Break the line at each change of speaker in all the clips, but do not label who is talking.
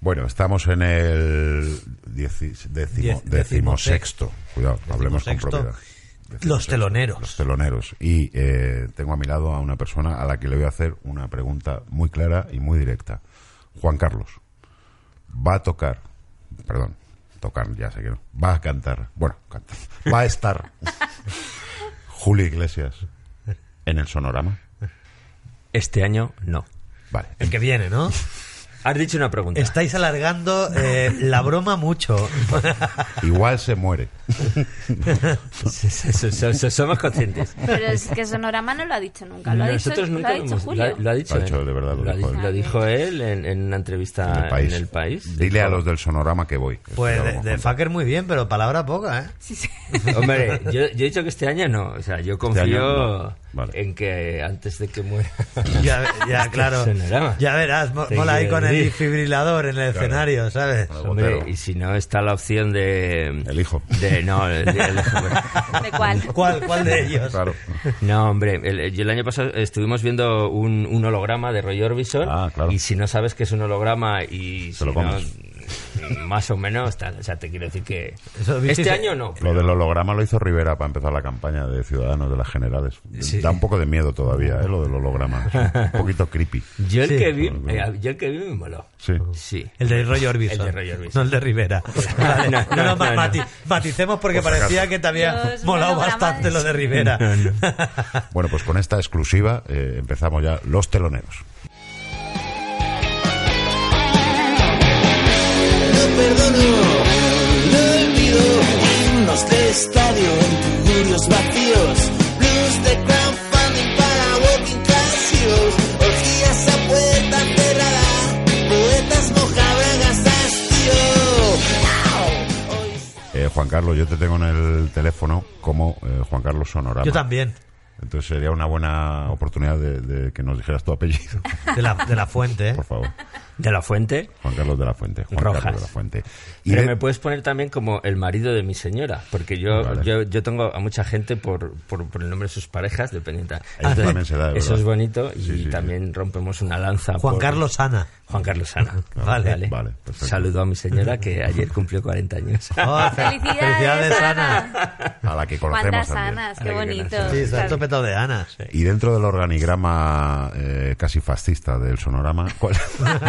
Bueno, estamos en el dieci- décimo-
Diez- décimo
decimosexto. Cuidado, hablemos con
Decimosexto.
propiedad.
Los teloneros.
Los teloneros. Y eh, tengo a mi lado a una persona a la que le voy a hacer una pregunta muy clara y muy directa. Juan Carlos, ¿va a tocar? Perdón, tocar ya sé que no. ¿Va a cantar? Bueno, cantar. ¿Va a estar Julio Iglesias en el sonorama?
Este año no.
Vale.
El que viene, ¿no?
Has dicho una pregunta.
Estáis alargando eh, la broma mucho.
Igual se muere.
Sí, sí, sí, sí, sí, Somos conscientes.
Pero es que Sonorama no lo ha dicho nunca. Lo ha dicho,
Nosotros nunca
lo ha
lo
dicho
hemos-
Julio.
Lo, lo ha dicho
Lo ha dicho,
él.
de verdad, lo
Lo, ha
dijo
di-
él.
lo dijo él en, en una
Ah,
entrevista
En el país.
en el país.
Dile a
Dijo,
los del sonorama que voy.
Pues
Esto
de,
lo
de
hemos
fucker muy bien, pero palabra poca, ¿eh?
Hombre, yo, yo he dicho que este año no. O sea, yo confío
año no. Vale.
en que antes de que muera.
Ya, ya, claro.
Sonorama.
Ya verás, mo-
Te
mola ahí
quiero
con el
decir.
desfibrilador en el escenario, ¿sabes?
Bueno,
Hombre,
Botero.
y si no, está la opción de.
El hijo.
De, no, el- el- el-
¿De cuál?
¿Cuál, cuál de ellos?
Claro.
No, hombre, el, yo el año pasado estuvimos viendo un, un holograma de Roy Orbison
Ah, claro.
y si no sabes que es un holograma y si
lo
no,
comes.
más o menos, tal, o sea, te quiero decir que
Eso lo
este
visteis-
año no.
Lo del holograma lo hizo Rivera para empezar la campaña de Ciudadanos de las Generales. Da un poco de miedo todavía, ¿eh? Lo del holograma. Es un poquito creepy.
Yo el
Sí.
que vi, eh, yo el que vi me moló.
Sí.
Sí.
El de Roy Orbison.
El de Roy Orbison.
No el de Rivera. Vale.
No,
No, no,
no,
ma-
no.
mati- maticemos porque
Por si
parecía
acaso.
que te había
Los
molado
monogramas.
bastante lo de Rivera.
Bueno, pues con esta exclusiva eh, empezamos ya Los Teloneros.
No perdono, no olvido himnos de estadio, antiguros vacíos, blues de crowdfunding para walking class heroes, orgías a puerta cerrada, poetas mojabragas hastío. Hoy
Eh, Juan Carlos, yo te tengo en el teléfono como eh, Juan Carlos Sonorama.
Yo también.
Entonces sería una buena oportunidad de, de que nos dijeras tu apellido,
De la, de la fuente, ¿eh?
por favor.
De la fuente.
Juan Carlos de la Fuente. Juan
Rojas.
Carlos de la Fuente. Y
Pero
de-
me puedes poner también como el marido de mi señora, porque yo,
Vale.
yo, yo tengo a mucha gente por, por, por el nombre de sus parejas, dependiente. Ah,
también se da, de
eso
verdad.
es bonito y
Sí, sí, sí.
también rompemos una lanza.
Juan
por-
Carlos Ana.
Juan Carlos Ana.
Vale.
Vale, perfecto. Ah.
Saludo a mi señora que ayer cumplió 40 años.
Oh,
Felicidades, Ana.
a la que conocemos
¿Cuántas
también.
Anas?
Ahora
Qué
que
bonito.
conoces.
Sí, está topetado de Ana.
Y dentro del organigrama eh, casi fascista del sonorama, ¿cuál,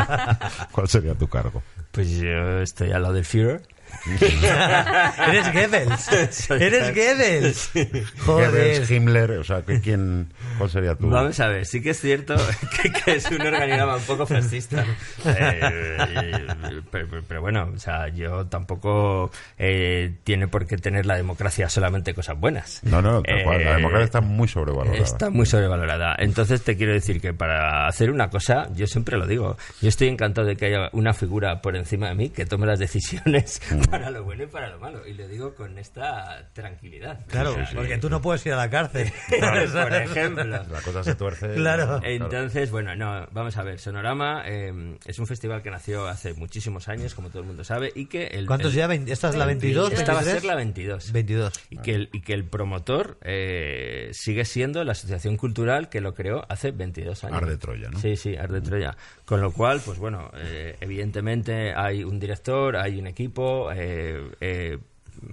cuál sería tu cargo?
Pues yo estoy al lado del Führer.
Eres Goebbels. Eres Goebbels.
Goebbels,
Joder.
Himmler, o sea, ¿qué- ¿quién, ¿cuál sería tu...?
Vamos a ver, sí que es cierto que, que es un organigrama un poco fascista. Eh, pero, pero- pero bueno, o sea, yo tampoco eh, tiene por qué tener la democracia solamente cosas buenas.
No, no, tal cual, la
Eh,
democracia está muy sobrevalorada.
Está muy sobrevalorada. Entonces te quiero decir que para hacer una cosa, yo siempre lo digo, yo estoy encantado de que haya una figura por encima de mí que tome las decisiones para lo bueno y para lo malo. Y lo digo con esta tranquilidad.
Claro,
O sea,
porque
que-
tú no puedes ir a la cárcel.
por ejemplo.
La cosa se tuerce.
Claro.
Entonces, bueno, no, vamos a ver. Sonorama eh, es un festival que nació hace muchísimos años, como todo el mundo sabe, y que el...
¿Cuántos
el-
ya? Vein- ¿Esta es la 22?
Esta va a
23?
ser la 22.
22.
Y que, el, y que el promotor eh, sigue siendo la asociación cultural que lo creó hace 22 años.
Ar de Troya, ¿no? Mm.
Sí, sí, Ar de Troya. Con lo cual, pues bueno, eh, evidentemente hay un director, hay un equipo, eh, eh,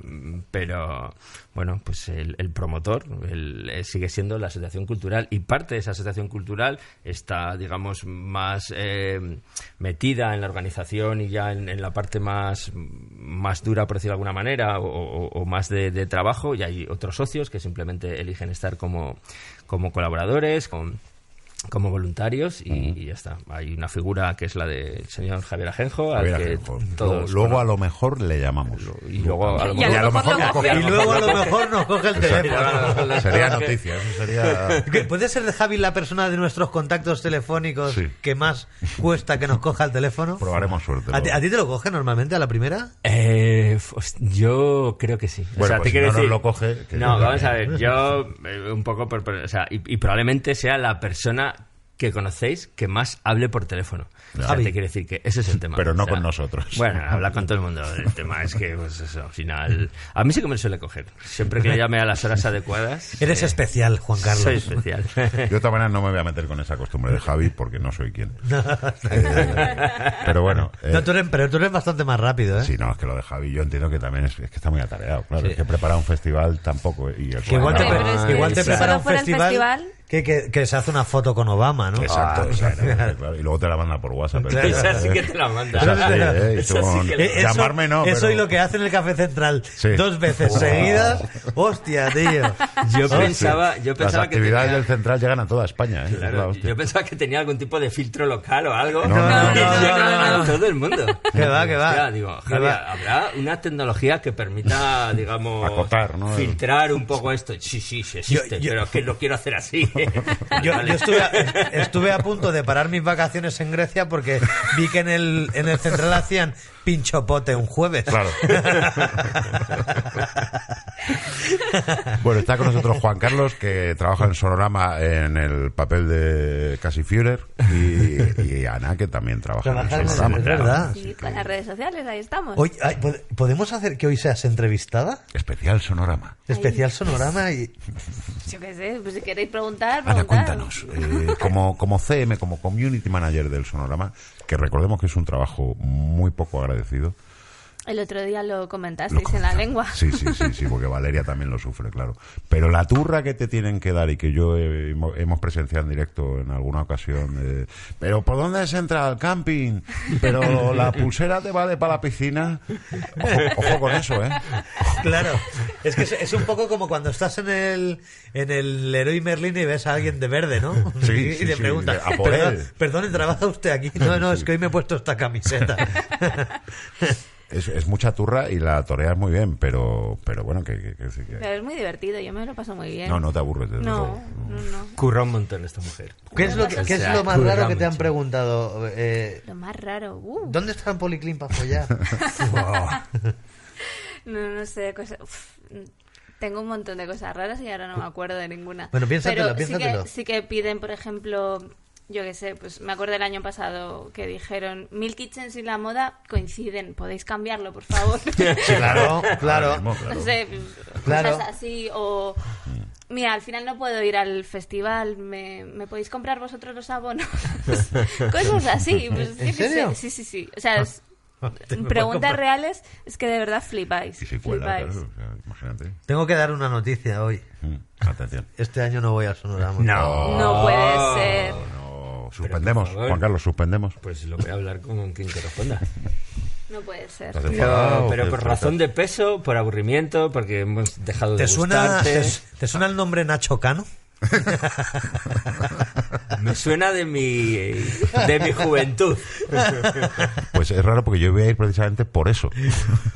mm, pero bueno, pues el, el promotor el- eh, sigue siendo la asociación cultural y parte de esa asociación cultural está, digamos, más eh, metida en la organización y ya en, en la parte más, más dura, por decirlo de alguna manera, o, o- o más de, de trabajo, y hay otros socios que simplemente eligen estar como, como colaboradores, con como voluntarios y, y ya está. Hay una figura que es la del señor Javier Ajenjo, al
Javier
que
Ajenjo.
todos
Luego
cono-
a lo mejor le llamamos.
y luego a lo
Y a
mejor-
lo mejor lo coge.
Y luego a lo mejor nos coge el teléfono.
Sería noticia, eso sería...
Que ¿Puede ser Javi la persona de nuestros contactos telefónicos
Sí.
que más cuesta que nos coja el teléfono?
Probaremos suerte.
¿A ti,
luego.
a ti te lo coge normalmente a la primera?
Eh, f- host- yo creo que sí.
Bueno,
o sea,
pues
te
si
quiero
no nos
decir-
lo coge, que
no,
yo
vamos a
también.
ver. Yo, eh, un poco. Por, por- o sea, y, y probablemente sea la persona que conocéis que más hable por teléfono. O sea,
Javi.
te quiero decir que ese es el tema.
Pero no
O sea,
con nosotros.
Bueno, habla con todo el mundo. El tema es que, pues eso, al final. A mí sí que me lo suele coger. Siempre que le llame a las horas adecuadas.
Eres
eh,
especial, Juan Carlos.
Soy especial.
Yo de todas maneras no me voy a meter con esa costumbre de Javi porque no soy quien. Eh, pero bueno. eh,
No, tú eres, pero tú eres bastante más rápido, ¿eh?
Sí, no, es que lo de Javi yo entiendo que también es, es que está muy atareado. Claro, es que preparar un festival tampoco. Y el
Que igual te,
Pero
pre-
es
que
igual te
si
prepara
solo
un
fuera el
festival,
festival-
Que, que- que se hace una foto con Obama, ¿no?
Ah,
Exacto, exacto, claro. Y luego te la manda por WhatsApp. pero-
Esa sí que te la manda.
Esa sí, eh, y
Esa sí
con-
que la-
Eh, eso-
Llamarme no.
Eso
pero-
y lo que hace en el Café Central
Sí.
dos veces
Wow.
seguidas. Hostia, tío.
Yo
Sí,
pensaba,
¿eh? sí.
yo pensaba
Las
que
actividades
tenía-
del central llegan a toda España. ¿eh? Es la
Claro,
hostia.
yo pensaba que tenía algún tipo de filtro local o algo.
No, no, no,
Y
no,
yo,
no, no, no.
todo el mundo.
Que va, que va.
Hostia, digo,
Que
Javi,
va.
habrá una tecnología que permita, digamos,
Acotar, ¿no?
filtrar un poco esto. Sí, sí, sí
Yo-
existe,
yo-
pero que lo quiero hacer así.
Yo,
Vale.
yo estuve, a, estuve a punto de parar mis vacaciones en Grecia porque vi que en el, en el central hacían pinchopote un jueves.
Claro. bueno, está con nosotros Juan Carlos, que trabaja en Sonorama en el papel de Casi Führer, y, y Ana, que también trabaja
Trabajar
en
en el-
Sonorama.
es verdad.
Sí, con las redes sociales, ahí estamos.
Oye, ay, ¿pod- ¿podemos hacer que hoy seas entrevistada?
Especial Sonorama.
Especial sonorama y...
Yo qué sé, pues si queréis preguntar,
Ana,
preguntar.
cuéntanos, eh, como, como CM, como Community Manager del Sonorama, que recordemos que es un trabajo muy poco agradecido.
El otro día lo
Lo
comentasteis en la
comentamos.
lengua.
Sí, sí, sí, sí, porque Valeria también lo sufre, claro. Pero la turra que te tienen que dar y que yo he- hemo- hemos presenciado en directo en alguna ocasión, eh, pero ¿por dónde se entra al camping? Pero la pulsera te vale para la piscina. Ojo, ojo con eso, ¿eh?
Claro, es que es, es un poco como cuando estás en el en el Leroy Merlin y ves a alguien de verde, ¿no?
Sí,
y,
sí,
le
sí,
preguntas,
de- a por él.
perdón, perdone, ¿trabaja usted aquí? No, no, es que hoy me he puesto esta camiseta.
Es, es mucha turra y la toreas muy bien, pero, pero bueno, que... que- que sí que-
Pero es muy divertido, yo me lo paso muy bien.
No, no te aburres. desde
No,
luego.
no, no.
Curra un montón esta mujer.
¿Qué es lo, que- qué es lo más raro que te han preguntado? Eh,
Lo más raro, uh.
¿Dónde está el policlín para follar?
No, no sé, cosa- uf, tengo un montón de cosas raras y ahora no me acuerdo de ninguna.
Bueno, piénsatelo,
Pero sí que-
piénsatelo.
Sí que, piden, por ejemplo, yo qué sé, pues me acuerdo del año pasado que dijeron, Mil Kitchens y la moda coinciden, podéis cambiarlo, por favor.
claro,
Ahora
claro.
mismo, claro.
No sé, pues,
Claro.
cosas así o... Mira, al final no puedo ir al festival, ¿me, me podéis comprar vosotros los abonos? cosas así. Pues, yo qué sé.
serio? Ah,
Sí, sí, sí. O sea, es-
Te voy a
preguntas
comprar.
reales es que de verdad flipáis.
Y si cuela,
flipáis.
claro, o sea, imagínate.
Tengo que dar una noticia hoy.
Mm, Atención.
Este año no voy a Sonorama.
No.
No
Ah.
puede ser.
No, suspendemos,
por favor.
Juan Carlos, suspendemos.
Pues lo voy a hablar con quien corresponda.
No puede ser.
Estás enfadado,
Pero, pero
¿qué
por
estás?
razón de peso, por aburrimiento, porque hemos dejado de
¿Te suena,
gustarte.
te, te suena el nombre Nacho Cano?
Me suena de mi, de mi juventud.
Pues es raro porque yo voy a ir precisamente por eso.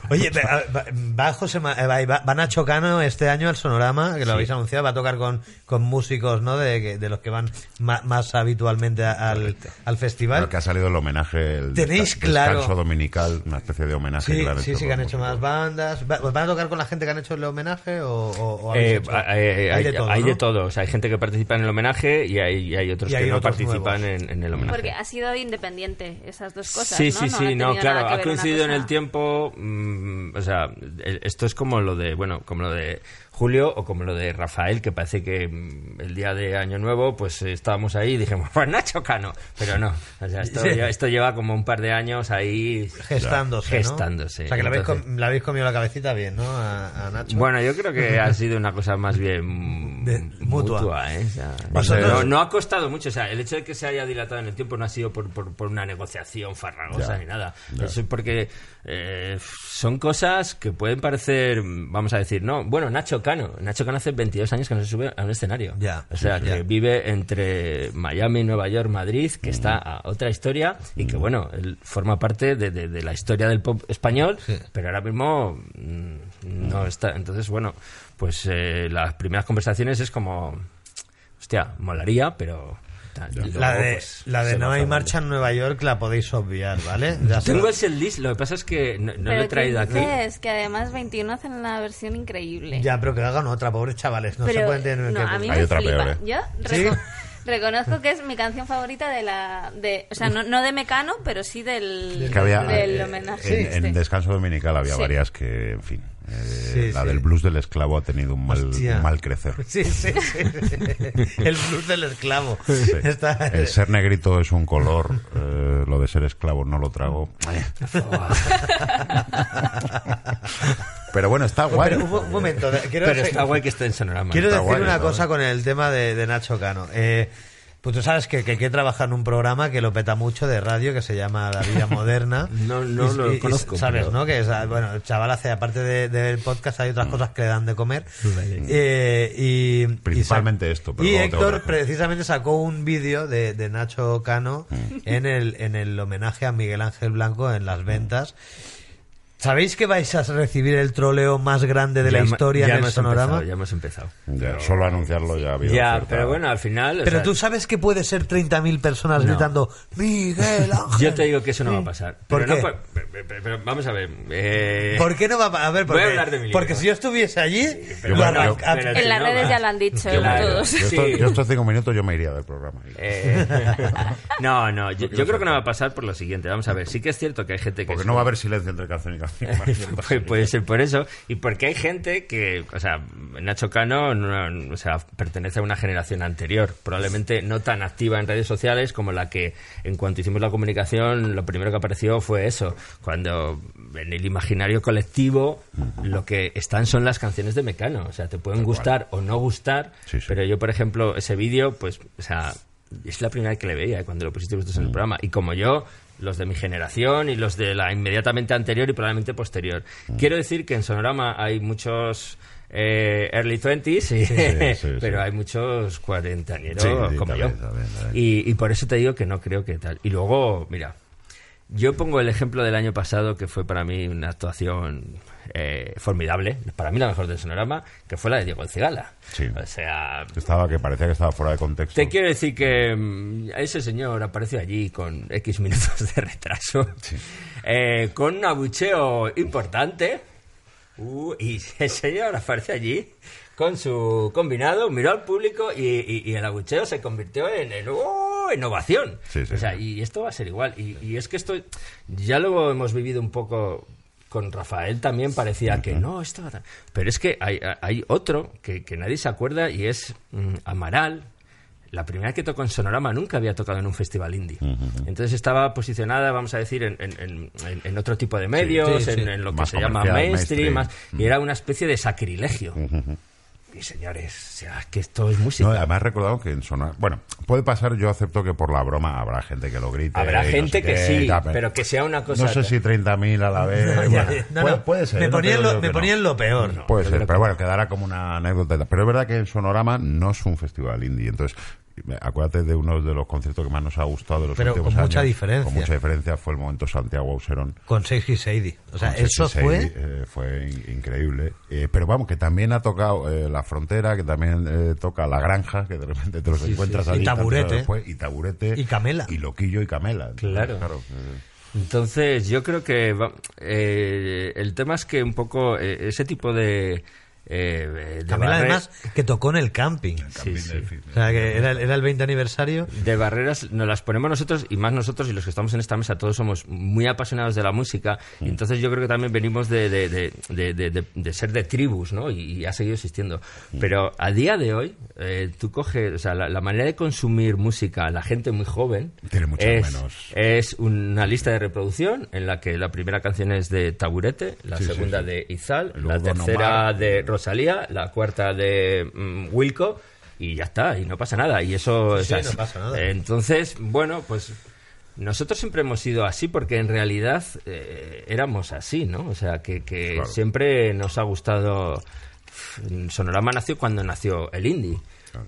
Oye, ve- a- va, va José Ma- eh, va- va- va Nacho Cano este año al Sonorama, que lo habéis anunciado, va a tocar con, con músicos, ¿no? De, que- de los que van ma- más, habitualmente a- al, al festival.
Al que ha salido el homenaje, el
Tenéis
desca-
claro.
descanso dominical, una especie de homenaje.
Sí,
que le han
sí,
hecho
sí, que han
los
hecho
músicos.
más bandas. Va- ¿Van a tocar con la gente que han hecho el homenaje o, o- o habéis
Eh,
hecho-
a- eh, hay, hay de todo,
¿no?
O sea, hay gente que participa en el homenaje y hay, y hay otros
Y hay
que no
otros
participan
nuevos.
en, en el homenaje.
Porque ha sido independiente esas dos cosas.
sí,
¿no?
sí,
No
sí,
han
no,
tenido
claro,
nada que
ha
ver una
coincidido en
cosa.
el tiempo, mm, o sea, el- esto es como lo de, bueno, como lo de Julio o como lo de Rafael, que parece que mm, el día de Año Nuevo, pues eh, estábamos ahí y dijimos, pues Nacho Cano, pero no, o sea, esto,
Sí.
lleva, esto lleva como un par de años ahí
Gestándose, ¿no?
gestándose.
O sea, que le habéis,
Entonces-
com- le habéis comido la cabecita bien, ¿no? A, a Nacho.
Bueno, yo creo que ha sido una cosa más bien
De-
mutua.
mutua.
¿eh? O sea,
Vosotros-
no, no ha costado mucho. O sea, el hecho de que se haya dilatado en el tiempo no ha sido por, por- por una negociación farragosa
Ya,
ni nada.
ya.
Eso es porque eh, son cosas que pueden parecer, vamos a decir, no, bueno, Nacho Cano. Nacho Cano hace 22 años que no se sube a un escenario.
Ya,
o sea,
sí,
que
ya.
vive entre Miami, Nueva York, Madrid, que está a otra historia y que, bueno, él forma parte de, de- de la historia del pop español,
Sí.
pero ahora mismo mm, no está. Entonces, bueno, pues eh, las primeras conversaciones es como, hostia, molaría, pero... tal. Y
la
luego,
de,
pues,
la de
se
No
va
hay
formando.
marcha en Nueva York la podéis obviar, ¿vale? Ya se
Tengo
lo-
el set list, lo que pasa es que no, no lo he
pero
traído aquí.
Es que además 21 hacen una versión increíble.
Ya, pero que hagan otra, pobres chavales. No
Pero,
se pueden tener
no,
que
a mí
Hay
me
otra
flipa.
peor, ¿eh?
Yo
¿Sí?
reco- reconozco que es mi canción favorita de la... De, o sea, no, no de Mecano, pero sí del,
Es que había,
del
eh,
homenaje.
en- En,
este.
Descanso Dominical había
Sí.
varias que, en fin. eh,
Sí,
la
sí.
del blues del esclavo ha tenido un mal,
Hostia.
un mal crecer.
Sí, sí, sí. El blues del esclavo.
Sí.
Está-
El ser negrito es un color, eh, lo de ser esclavo no lo trago. Pero bueno, está guay.
Pero un, un momento, quiero,
Pero está guay que esté en Sonorama.
quiero
está
decir
guay,
una
está
cosa con el tema de, de Nacho Cano. Eh, pues tú sabes que, que, que trabaja en un programa que lo peta mucho de radio que se llama La Vida Moderna.
No, no lo conozco,
Sabes,
pero-
¿no? Que es, ah, bueno, el chaval hace, aparte de- del podcast, hay otras cosas que le dan de comer. Eh, y,
Principalmente
y sa-
esto, pero
y
luego tengo
Héctor
otra.
precisamente sacó un vídeo de, de Nacho Cano en el, en el homenaje a Miguel Ángel Blanco en las ventas. ¿Sabéis que vais a recibir el troleo más grande de la
Ya hemos-
historia
ya
en el
hemos
sonorama?
empezado, ya hemos empezado.
Ya, solo anunciarlo ya ha habido
Ya,
oferta.
pero bueno, al final. o
Pero
sea,
tú sabes que puede ser 30.000 personas
No.
gritando Miguel Ángel.
Yo te digo que eso no va a pasar.
¿Por
Pero no
qué?
por- pero- pero- pero vamos a ver. eh,
¿Por qué no va a, a ver?
Voy a
Porque,
hablar de mi libro.
porque si yo estuviese allí,
pero
lo
bueno,
arranca-
yo- pero-
en las
Sonorama.
redes ya lo han dicho
Qué bueno.
todos.
Yo, estoy,
Sí.
yo estos cinco minutos yo me iría del programa.
eh, no, no, yo, yo creo que no va a pasar por lo siguiente. Vamos a ver, sí que es cierto que hay gente que.
Porque
es-
no va a haber silencio entre canción y canción.
Pu- Puede ser por eso. Y porque hay gente que, o sea, Nacho Cano no- o sea, pertenece a una generación anterior, probablemente no tan activa en redes sociales como la que en cuanto hicimos la comunicación, lo primero que apareció fue eso, cuando en el imaginario colectivo lo que están son las canciones de Mecano, o sea, te pueden gustar o no gustar,
Sí, sí.
pero yo, por ejemplo, ese vídeo, pues, o sea, es la primera vez que le veía ¿eh? cuando lo pusiste vosotros
Mm.
en el programa. Y como yo, los de mi generación y los de la inmediatamente anterior y probablemente posterior.
Mm.
Quiero decir que en Sonorama hay muchos eh, early 20s,
sí, sí.
pero hay muchos cuarentañeros
Sí, sí,
como
también,
yo.
también, también.
Y, y por eso te digo que no creo que tal. Y luego, mira, yo pongo el ejemplo del año pasado, que fue para mí una actuación eh, formidable, para mí la mejor del Sonorama, que fue la de Diego El Cigala.
Sí.
O sea,
Estaba que parecía que estaba fuera de contexto.
te quiero decir que mm, ese señor apareció allí con X minutos de retraso, eh, con un abucheo importante, Uh, y el señor aparece allí con su combinado, miró al público y, y- y el abucheo se convirtió en, en, ¡oh! innovación.
Sí, sí,
o sea,
sí.
y esto va a ser igual. Y, y es que esto ya lo hemos vivido un poco con Rafael también parecía que no, esto va a- Pero es que hay, hay otro que, que nadie se acuerda y es mm, Amaral. La primera que tocó en Sonorama nunca había tocado en un festival indie. Entonces estaba posicionada, vamos a decir, en, en- en- en- en otro tipo de medios,
sí, sí.
En, en lo que
Más
se llama
comercial,
mainstream,
mainstream.
más- y era una especie de sacrilegio. Y señores, o sea, es que esto es música.
No, además recordado que en sonar. Bueno, puede pasar, yo acepto que por la broma habrá gente que lo grite.
Habrá
y no
gente
sé
que
qué,
sí,
ya,
pero que sea una cosa.
No sé si 30.000 a la vez. bueno,
No,
puede,
no,
puede ser.
Me
no te
ponían
digo
lo,
yo
me
que no.
ponía en lo peor.
Pues, Puede ser, pero bueno, quedará como una anécdota. y tal. Pero es verdad que en Sonorama no es un festival indie. Entonces, acuérdate de uno de los conciertos que más nos ha gustado de los
Pero
últimos
con
años.
mucha diferencia.
Con mucha diferencia fue el momento Santiago Auserón.
Con 6 y Sadie. O sea,
Con
eso
16,
fue.
eh, fue in- increíble. Eh, pero vamos, que también ha tocado eh, La Frontera, que también eh, toca La Granja, que de repente te los encuentras
sí.
allí
Y
tantos
Taburete.
años después, y Taburete.
Y Camela.
Y Loquillo y Camela. Entonces,
Claro.
eh,
Entonces, yo creo que va- eh, el tema es que un poco eh, ese tipo de. eh, de
Camela,
barre-
además, que tocó en el camping.
Sí, sí.
O sea, que era, el- era el 20 aniversario.
de barreras nos las ponemos nosotros y más nosotros y los que estamos en esta mesa todos somos muy apasionados de la música
Mm.
y entonces yo creo que también venimos de, de, de- de- de- de- de ser de tribus ¿no? y, y ha seguido existiendo
Mm.
pero a día de hoy eh, tú coges o sea la, la manera de consumir música la gente muy joven
Tiene mucho
es,
menos-
es una lista de reproducción en la que la primera canción es de Taburete la
Sí, sí,
segunda
sí.
de Izal
Luego mm.
la
Don
tercera
Omar.
de Rosalía la cuarta de mm, Wilco y ya está, y no pasa nada. Y eso
Sí,
o sea,
no
sí.
pasa nada.
Entonces, bueno, pues nosotros siempre hemos sido así porque en realidad eh, éramos así, ¿no? O sea, que, que
Claro.
siempre nos ha gustado el Sonorama nació cuando nació el indie.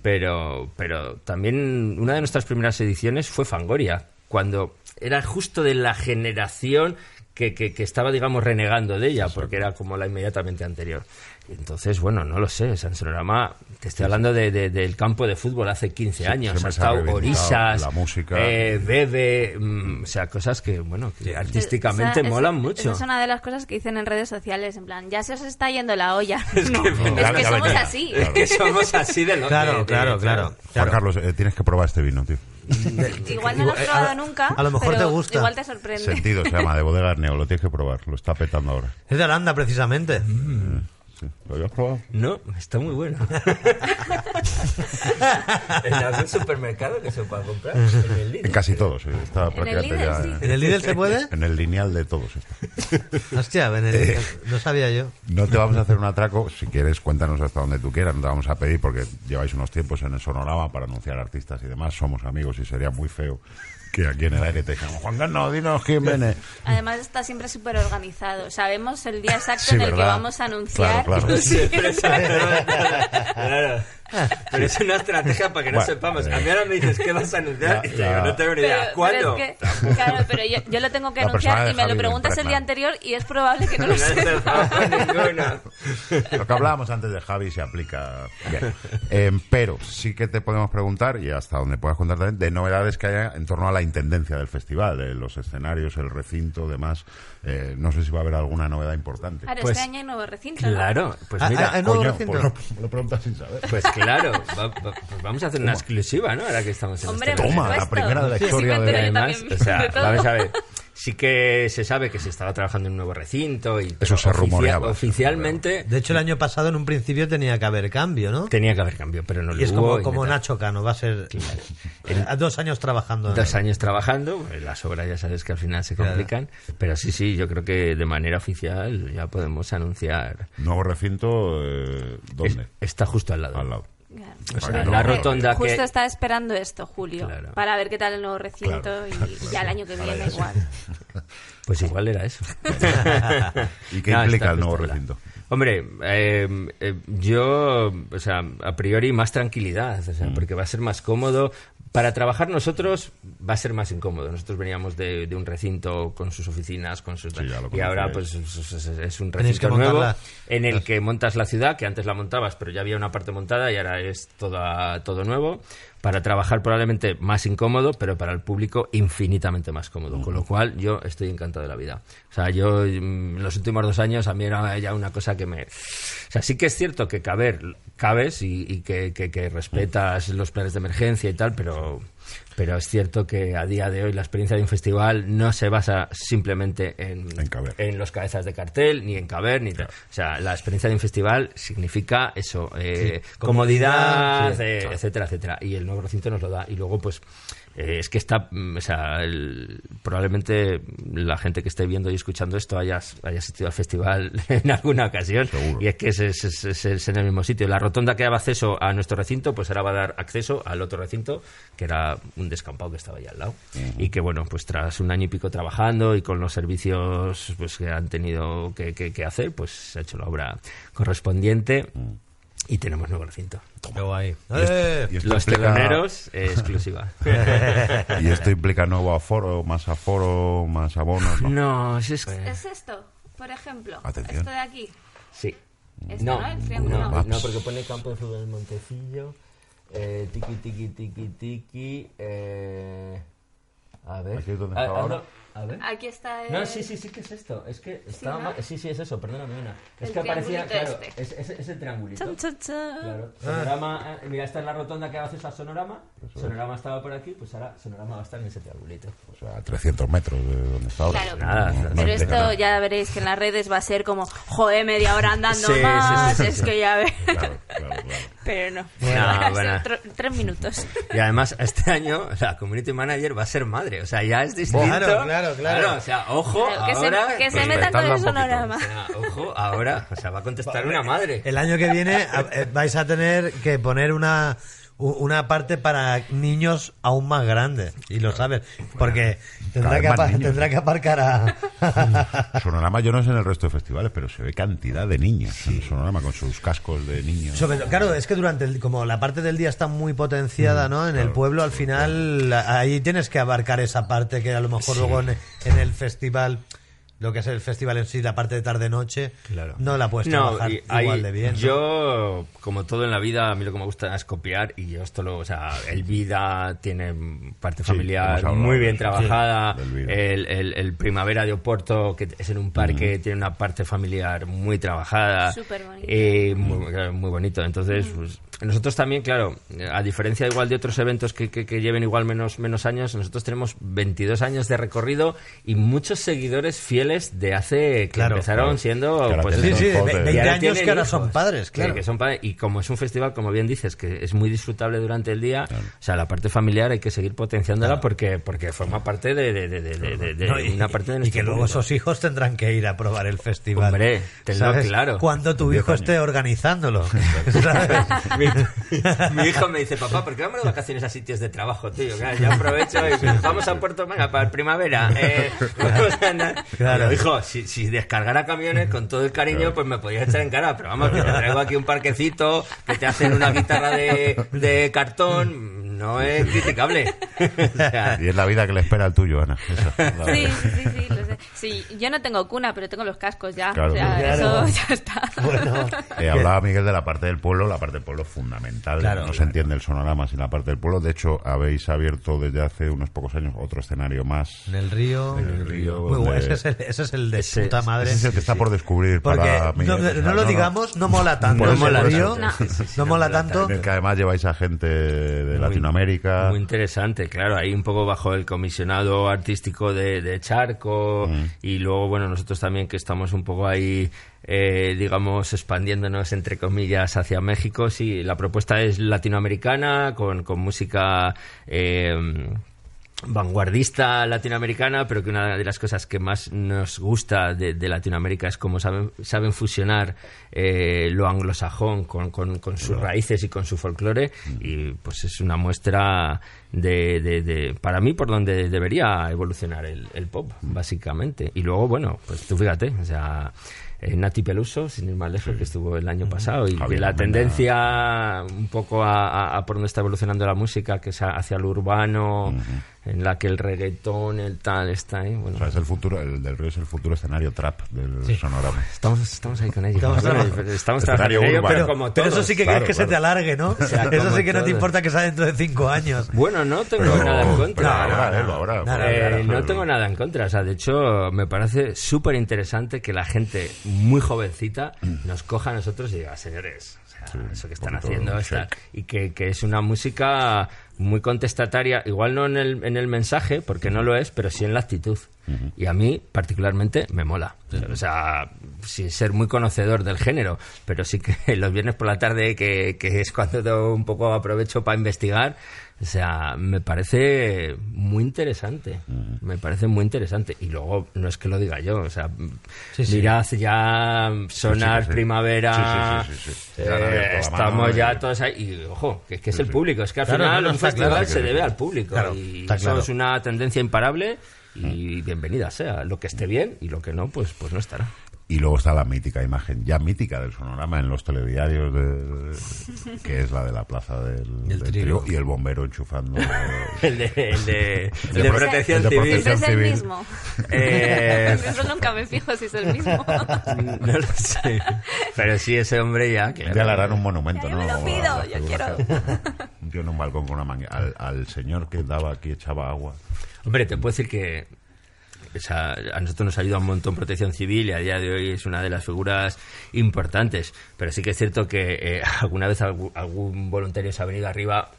Pero, pero también una de nuestras primeras ediciones fue Fangoria, cuando era justo de la generación que, que- que estaba, digamos, renegando de ella, porque era como la inmediatamente anterior. Y Entonces, bueno, no lo sé, San Sonorama, te estoy hablando de- de- del campo de fútbol hace 15 años,
siempre
ha
se ha
estado
reventado
Orisas,
la música.
eh, Bebe, mm, o sea, cosas que, bueno, que artísticamente
O sea, es-
molan mucho.
esa es una de las cosas que dicen en redes sociales, en plan, ya se os está yendo la olla.
Es
No,
que-
es
Ya
que
me- ya me
somos
llega.
así.
Claro.
Que somos así de lo de-
Claro,
de-
claro, claro.
Juan
claro.
Carlos, eh, tienes que probar este vino, tío.
Igual no lo has
Igual-
probado
a-
nunca.
a lo mejor
pero
te gusta.
Igual te sorprende.
Sentido se llama, de bodega Arneo, lo tienes que probar, lo está petando ahora.
Es de Holanda, precisamente.
Sí. ¿Lo habías probado?
No, está muy bueno. en algún supermercado que se pueda comprar. En el
En
Lidl.
casi todos, sí, está
el
prácticamente
Lidl,
ya
sí.
¿En el Lidl se puede?
en el lineal de todos. está.
Hostia, en el- no sabía yo.
No te vamos a hacer un atraco, si quieres cuéntanos hasta donde tú quieras, no te vamos a pedir porque lleváis unos tiempos en el sonorama para anunciar artistas y demás, somos amigos y sería muy feo que aquí en el aire te digan, Juan Carlos, dinos quién viene.
Además está siempre súper organizado. Sabemos el día exacto
Sí,
en el
¿verdad?
que vamos a anunciar.
Claro, claro.
Sí.
Claro. Pero es una estrategia para que no
Bueno,
sepamos.
eh.
A mí ahora me dices que vas a anunciar
La-
y te digo,
la-
no tengo ni
Pero,
idea.
pero
¿Cuándo?
es que, claro, pero yo, yo lo tengo que
La persona
anunciar
de
y me
Javi
lo
me
preguntas el
impregna.
día anterior y es probable que no
No
lo
he
sepas.
cerrado ninguna.
Lo que hablábamos antes de Javi se aplica bien. Eh, pero sí que te podemos preguntar, y hasta donde puedas contar también, de novedades que haya en torno a la intendencia del festival, eh, los escenarios, el recinto, demás. Eh, no sé si va a haber alguna novedad importante.
Claro,
Pues-
este año hay nuevo recinto. ¿no?
Claro, pues
Ah,
mira.
ah, nuevo
Coño,
recinto.
pues lo, lo preguntas sin saber.
Pues claro, va- va- pues vamos a hacer una exclusiva, ¿no? Ahora que estamos en
Hombre,
este
por
Toma, la
supuesto.
primera de la
Sí,
historia
sí, me
de-
entero yo
Además,
también
o sea,
de todo.
vamos a ver. Sí que se sabe que se estaba trabajando en un nuevo recinto y
Eso se
oficia-
rumoreaba.
Oficialmente
De hecho, el año pasado en un principio tenía que haber cambio, ¿no?
tenía que haber cambio, pero no
Pues
lo
Y es
hubo.
como,
y
como
nada.
Nacho Cano, va a ser a dos años trabajando. en
Dos
él.
años trabajando, pues, las obras ya sabes que al final se complican, pero sí, sí, yo creo que de manera oficial ya podemos anunciar.
Nuevo recinto, eh, ¿dónde?
Es- está justo al lado.
Al lado.
Claro.
O sea,
no,
la
no,
rotonda que.
Justo está esperando esto, Julio,
Claro.
para ver qué tal el nuevo recinto y, y ya el año que viene igual.
Pues igual era eso.
¿Y qué
No,
implica
Ah, está
el nuevo
justo al lado.
recinto?
Hombre, eh, eh, yo, o sea, a priori más tranquilidad, o sea,
Mm.
porque va a ser más cómodo. Para trabajar nosotros va a ser más incómodo. Nosotros veníamos de, de un recinto con sus oficinas, con sus...
Sí, ya lo
y ahora pues
conocéis.
es, es- es un
Tenéis que
recinto nuevo
montarla.
en el que montas la ciudad, que antes la montabas, pero ya había una parte montada y ahora es toda, todo nuevo. Para trabajar probablemente más incómodo, pero para el público infinitamente más cómodo. Con lo cual yo estoy encantado de la vida. O sea, yo mm, los últimos dos años a mí era ya una cosa que me... O sea, sí que es cierto que caber, cabes y, y que, que- que respetas los planes de emergencia y tal, pero... Pero es cierto que a día de hoy la experiencia de un festival no se basa simplemente en,
En caber.
en los cabezas de cartel, ni en caber, ni tal. O sea, la experiencia de un festival significa eso, eh,
Sí,
comodidad,
comodidad, sí,
eh, etcétera, etcétera. Y el nuevo recinto nos lo da. Y luego, pues, eh, es que está, mm, o sea, el- probablemente la gente que esté viendo y escuchando esto haya, haya asistido al festival en alguna ocasión.
Seguro.
Y es que es, es- es- es- es en el mismo sitio. La rotonda que daba acceso a nuestro recinto, pues ahora va a dar acceso al otro recinto, que era un descampado que estaba ahí al lado. Y que, bueno, pues tras un año y pico trabajando y con los servicios pues, que han tenido que, que- que hacer, pues se ha hecho la obra correspondiente y tenemos nuevo recinto.
Qué guay.
Y esto-
¡Eh!
y esto
Los
implica-
teloneros, eh, exclusiva.
Y esto implica nuevo aforo, más aforo, más abonos. ¿no?
no, si es...
¿Es esto, por ejemplo?
Atención.
Esto de aquí.
Sí.
Esto, ¿no? El triángulo.
no,
Ah,
no,
pues.
porque pone campo de fútbol del Montecillo. Eh, tiki, tiki, tiki, tiki. Eh, a ver.
Aquí es donde
Ah,
estaba
ah,
ahora.
no, a ver.
Aquí está el...
No, sí, sí, sí que es esto. Es que estaba
¿no?
mal- Sí, sí, es eso, perdóname, Ana. Es
El
que aparecía.
triangulito
Claro,
este.
es, es, es el triangulito.
Chan, chan, chan.
Claro.
Ah.
Sonorama, eh, mira, esta es la rotonda que haces a Sonorama. Sonorama estaba por aquí, pues ahora Sonorama va a estar en ese triangulito.
O sea, a 300 metros de donde está ahora.
Claro.
Nada,
No, no
Pero
implica
esto
nada.
ya veréis que en las redes va a ser como, joder, media hora andando
Sí, sí, sí,
más,
sí,
es
sí.
que ya ves.
Claro, claro, claro.
Pero no.
Bueno,
Van a
bueno.
ser tro- tres minutos.
Y además, este año la community manager va a ser madre. O sea, ya es distinto.
Claro, claro, claro.
o sea, ojo,
Claro, que
Oh, ahora.
se, que se
pues,
metan con
respetadla un
el
poquito.
sonorama.
o sea, ojo, ahora. O sea, va a contestar una madre.
El año que viene a- eh, vais a tener que poner una u- una parte para niños aún más grandes. Y lo sabes. Porque tendrá
vez
que,
más
apa-
niños.
tendrá que aparcar a.
Sonorama yo no sé en el resto de festivales, pero se ve cantidad de niños en Sonorama con sus cascos de niños.
Sobre todo- claro, es que durante el- como la parte del día está muy potenciada, ¿no? En el pueblo al final la- ahí tienes que abarcar esa parte que a lo mejor luego en, en el festival lo que es el festival en sí, la parte de tarde noche,
Claro.
no la puedes
No,
trabajar
y
igual
hay-
de bien. ¿no?
Yo, como todo en la vida, a mí lo que me gusta es copiar y yo esto lo, o sea, el vida tiene parte
Sí, hemos
familiar
hablado
muy
de
bien
eso,
trabajada,
sí, del Vida.
el, el- el primavera de Oporto, que es en un parque, tiene una parte familiar muy trabajada.
Superbonito.
Eh, muy, claro, muy bonito. Entonces, pues, nosotros también, claro, eh, a diferencia igual de otros eventos que, que- que lleven igual menos, menos años, nosotros tenemos 22 años de recorrido y muchos seguidores fieles de hace que
Claro,
empezaron
claro.
siendo
Claro,
pues,
que
sí, sí, de
Joder.
ve-
Y
20
ahora
años
tienen
que ahora
hijos.
son padres,
Sí,
claro.
que son padres. Y como es un festival, como bien dices, que es muy disfrutable durante el día, o sea, la parte familiar hay que seguir potenciándola porque, porque forma parte de, de- de- de- de- de- de
No, y,
eh, una parte
y
de nuestro
que luego
público.
esos hijos tendrán que ir a probar el festival.
Hombre, tenlo
¿Sabes?
claro.
Cuando tu hijo esté organizándolo. ¿sabes?
mi, mi hijo me dice, papá, ¿por qué vamos de vacaciones a sitios de trabajo, tío? Claro, yo aprovecho y pues, vamos a Puerto Mega para el primavera. eh, vamos a andar".
Claro.
Pero, hijo, si, si descargara camiones con todo el cariño, pues me podías echar en cara. Pero vamos, que te traigo aquí un parquecito, que te hacen una guitarra de, de cartón, no es criticable. O sea,
Y es la vida que le espera al tuyo, Ana. Esa, la
Sí,
verdad.
sí, sí, sí, lo sé. Sí, yo no tengo cuna, pero tengo los cascos ya.
Claro.
o sea,
Claro.
eso ya está.
bueno,
Eh, hablaba Miguel de la parte del pueblo, la parte del pueblo es fundamental.
Claro,
no se
claro.
entiende el sonorama sin la parte del pueblo. De hecho, habéis abierto desde hace unos pocos años otro escenario más.
en el río.
En el río,
Muy bueno, ese
donde-
es el, ese es el de
Ese-
puta madre.
Ese es el que está por descubrir
Porque
para Miguel.
no,
O sea,
no lo digamos, no mola tanto.
Por
No
eso,
mola,
por eso.
tío.
No. Sí, sí,
sí,
No
no
mola
mola
tanto.
En el que además lleváis a gente de Latinoamérica.
Muy interesante, claro, ahí un poco bajo el comisionado artístico de, de Charco y luego, bueno, nosotros también que estamos un poco ahí, eh, digamos, expandiéndonos entre comillas hacia México, sí, la propuesta es latinoamericana con, con música... eh, vanguardista latinoamericana, pero que una de las cosas que más nos gusta de, de Latinoamérica es cómo saben, saben fusionar eh, lo anglosajón con, con- con sus raíces y con su folclore y pues es una muestra de, de- de- para mí por donde debería evolucionar el, el pop, básicamente. Y luego, bueno, pues tú fíjate, o sea... eh, Nati Peluso, sin ir más lejos, que estuvo el año pasado, y que
Javier
la
Amena.
tendencia hacia un poco a, a- a por donde está evolucionando la música, que es a- hacia lo urbano, en la que el reggaetón, el tal, está ahí. Bueno,
O sea, es el futuro, el del río es el futuro escenario trap del sonorama.
estamos, estamos ahí con ello.
Estamos
Bueno,
trabajando.
estamos
Escenario
trabajando en ello,
urbano.
pero como
Pero eso
todos.
sí que
claro,
quieres que se
claro. pues
te alargue, ¿no?
sea,
eso
como
sí que no te
todo.
importa que sea dentro de cinco años.
Bueno, no tengo
Pero,
nada en
pero
contra.
ahora, eh, lo ahora,
Eh,
ahora, ahora,
no
ahora.
tengo nada en contra. O sea, de hecho, me parece súper interesante que la gente muy jovencita nos coja a nosotros y diga, señores, o sea, eso que están
Mm. poquito
haciendo, está-
shake.
y que, que es una música muy contestataria, igual no en el, en el mensaje, porque no lo es, pero sí en la actitud. Y a mí, particularmente, me mola. O sea, sin ser muy conocedor del género, pero sí que los viernes por la tarde, que, que es cuando do- un poco aprovecho para investigar, o sea, me parece muy interesante. Me parece muy interesante. Y luego, no es que lo diga yo, o sea, mirad ya sonar
sí.
primavera.
Sí, sí, sí, sí, sí.
eh,
Ya han abierto la mano
estamos
y-
ya todos ahí. Y ojo, que es que es el público, es que al
Claro,
final
no, no,
un
está
festival
claro.
se debe al público.
Claro,
y
está
eso
claro. Mm.
es una tendencia imparable. Y bienvenida sea, lo que esté bien y lo que no, pues, pues no estará.
Y luego está la mítica imagen, ya mítica del sonorama en los telediarios, de- que es la de la plaza del,
Del
del
trigo.
y el bombero enchufando.
El de, el de, el de
de prote- el
protección
de
civil.
Siempre
protección
es el
civil.
mismo.
Eh,
Eso nunca me fijo si es el mismo.
no lo sé. Pero sí, ese hombre ya. claro.
ya le harán un monumento,
Ya, yo
¿no?
me lo
Como
pido,
las
yo
figuras que- Un tío en un balcón con una manga. Al, al señor que daba aquí echaba agua.
Hombre, te puedo decir que o sea, a nosotros nos ayuda un montón Protección Civil y a día de hoy es una de las figuras importantes. Pero sí que es cierto que eh, alguna vez algu- algún voluntario se ha venido arriba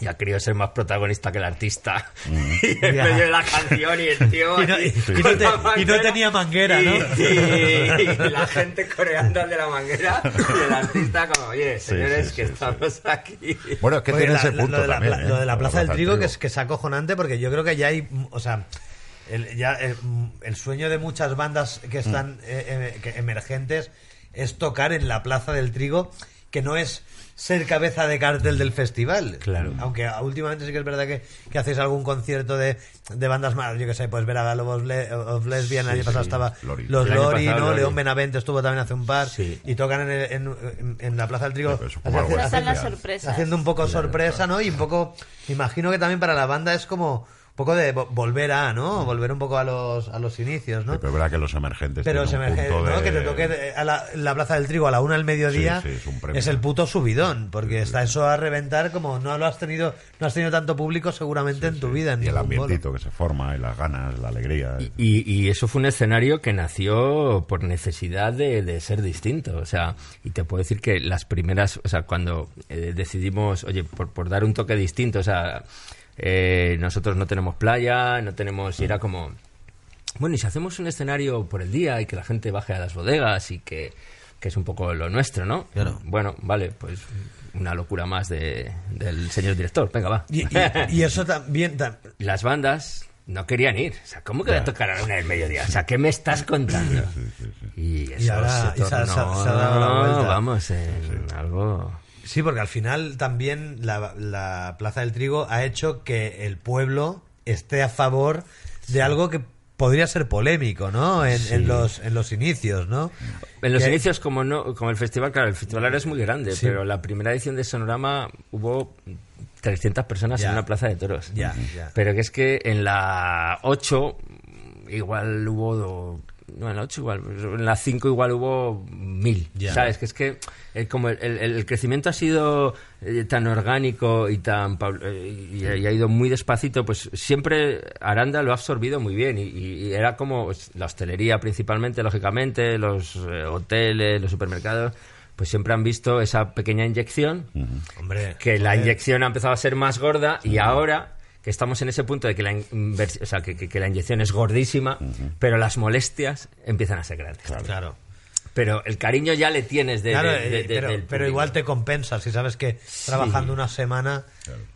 y ha querido ser más protagonista que el artista.
Mm.
y en
Ya.
medio de la canción y el tío.
Y no-
ahí
y- y
con
no te-
la
y no tenía manguera,
Y-
¿no?
Y, y la gente coreando al de la manguera y el artista, como, oye,
Sí,
señores,
sí,
que
sí,
estamos aquí.
Bueno, es que
Oye,
tiene
la-
ese
la-
punto
lo de la,
también.
pla-
¿eh?
lo de la Plaza del Trigo, que es, que es acojonante porque yo creo que ya hay, mm, o sea, el, ya, eh, mm, el sueño de muchas
Mm.
bandas que están eh, eh, que emergentes es tocar en la Plaza del Trigo que no es ser cabeza de cartel del festival.
Claro.
Aunque ah, últimamente sí que es verdad que, que hacéis algún concierto de, de bandas más, yo que sé, pues ver a Lobos Le- of Lesbian, el
Sí,
año pasado
sí,
estaba
Lori.
los
El año
Lori,
pasado
¿no?
Lori.
León Benavente estuvo también hace un par
Sí.
y tocan en, el- en, en- en la Plaza del Trigo.
Pero eso es
Hace-
como algo
Esas son
especial.
las sorpresas.
haciendo un poco sorpresa, ¿no? Y un poco, me imagino que también para la banda es como un poco de vo- volver a, ¿no? Volver un poco a los, a los inicios,
Sí,
¿no?
Pero es verdad que los emergentes.
Pero se
tienen
me,
un punto
¿no?
de-
que te toque de- a la, la plaza del trigo a la una del mediodía
Sí, sí, es un premio.
es el puto subidón, porque está eso a reventar como no lo has tenido, no has tenido tanto público seguramente en tu vida. En
Y el
ningún bolo.
ambientito que se forma, y las ganas, la alegría.
Y, y eso fue un escenario que nació por necesidad de, de ser distinto. O sea, y te puedo decir que las primeras, o sea, cuando eh, decidimos, oye, por, por dar un toque distinto, o sea, eh, nosotros no tenemos playa, no tenemos, y era como, bueno, y si hacemos un escenario por el día y que la gente baje a las bodegas y que, que es un poco lo nuestro, ¿no?
Claro.
Bueno, vale, pues una locura más de- del señor director. Venga, va.
Y, y- y eso también... tam-
las bandas no querían ir. O sea, ¿cómo que voy a tocar a la una del mediodía? O sea, ¿qué me estás contando? Y eso
Y ahora-
se
y se ha-
tornó,
se ha- se ha dado la vuelta.
vamos, en algo...
Sí, porque al final también la, la Plaza del Trigo ha hecho que el pueblo esté a favor de algo que podría ser polémico, ¿no? En, en los, en los inicios, ¿no?
En los
Que-
inicios, como no como el festival, claro, el festival ahora es muy grande,
Sí.
pero la primera edición de Sonorama hubo 300 personas
Ya.
en una plaza de toros.
Ya, ya.
Pero que es que en la 8 igual hubo... do- no, en la 8 igual, en la 5 igual hubo mil,
Ya.
¿sabes? Que es que eh, como el, el- el crecimiento ha sido eh, tan orgánico y tan pau- eh, y, y ha ido muy despacito, pues siempre Aranda lo ha absorbido muy bien y, y- y era como pues, la hostelería principalmente, lógicamente, los eh, hoteles, los supermercados, pues siempre han visto esa pequeña inyección
Hombre,
que la inyección ha empezado a ser más gorda y ahora que estamos en ese punto de que la, invers- o sea, que, que- que la inyección es gordísima, pero las molestias empiezan a ser grandes.
claro.
Pero el cariño ya le tienes de,
Claro,
de- de-
eh,
de-
pero,
del
pero
público.
igual te compensa si sabes que trabajando una semana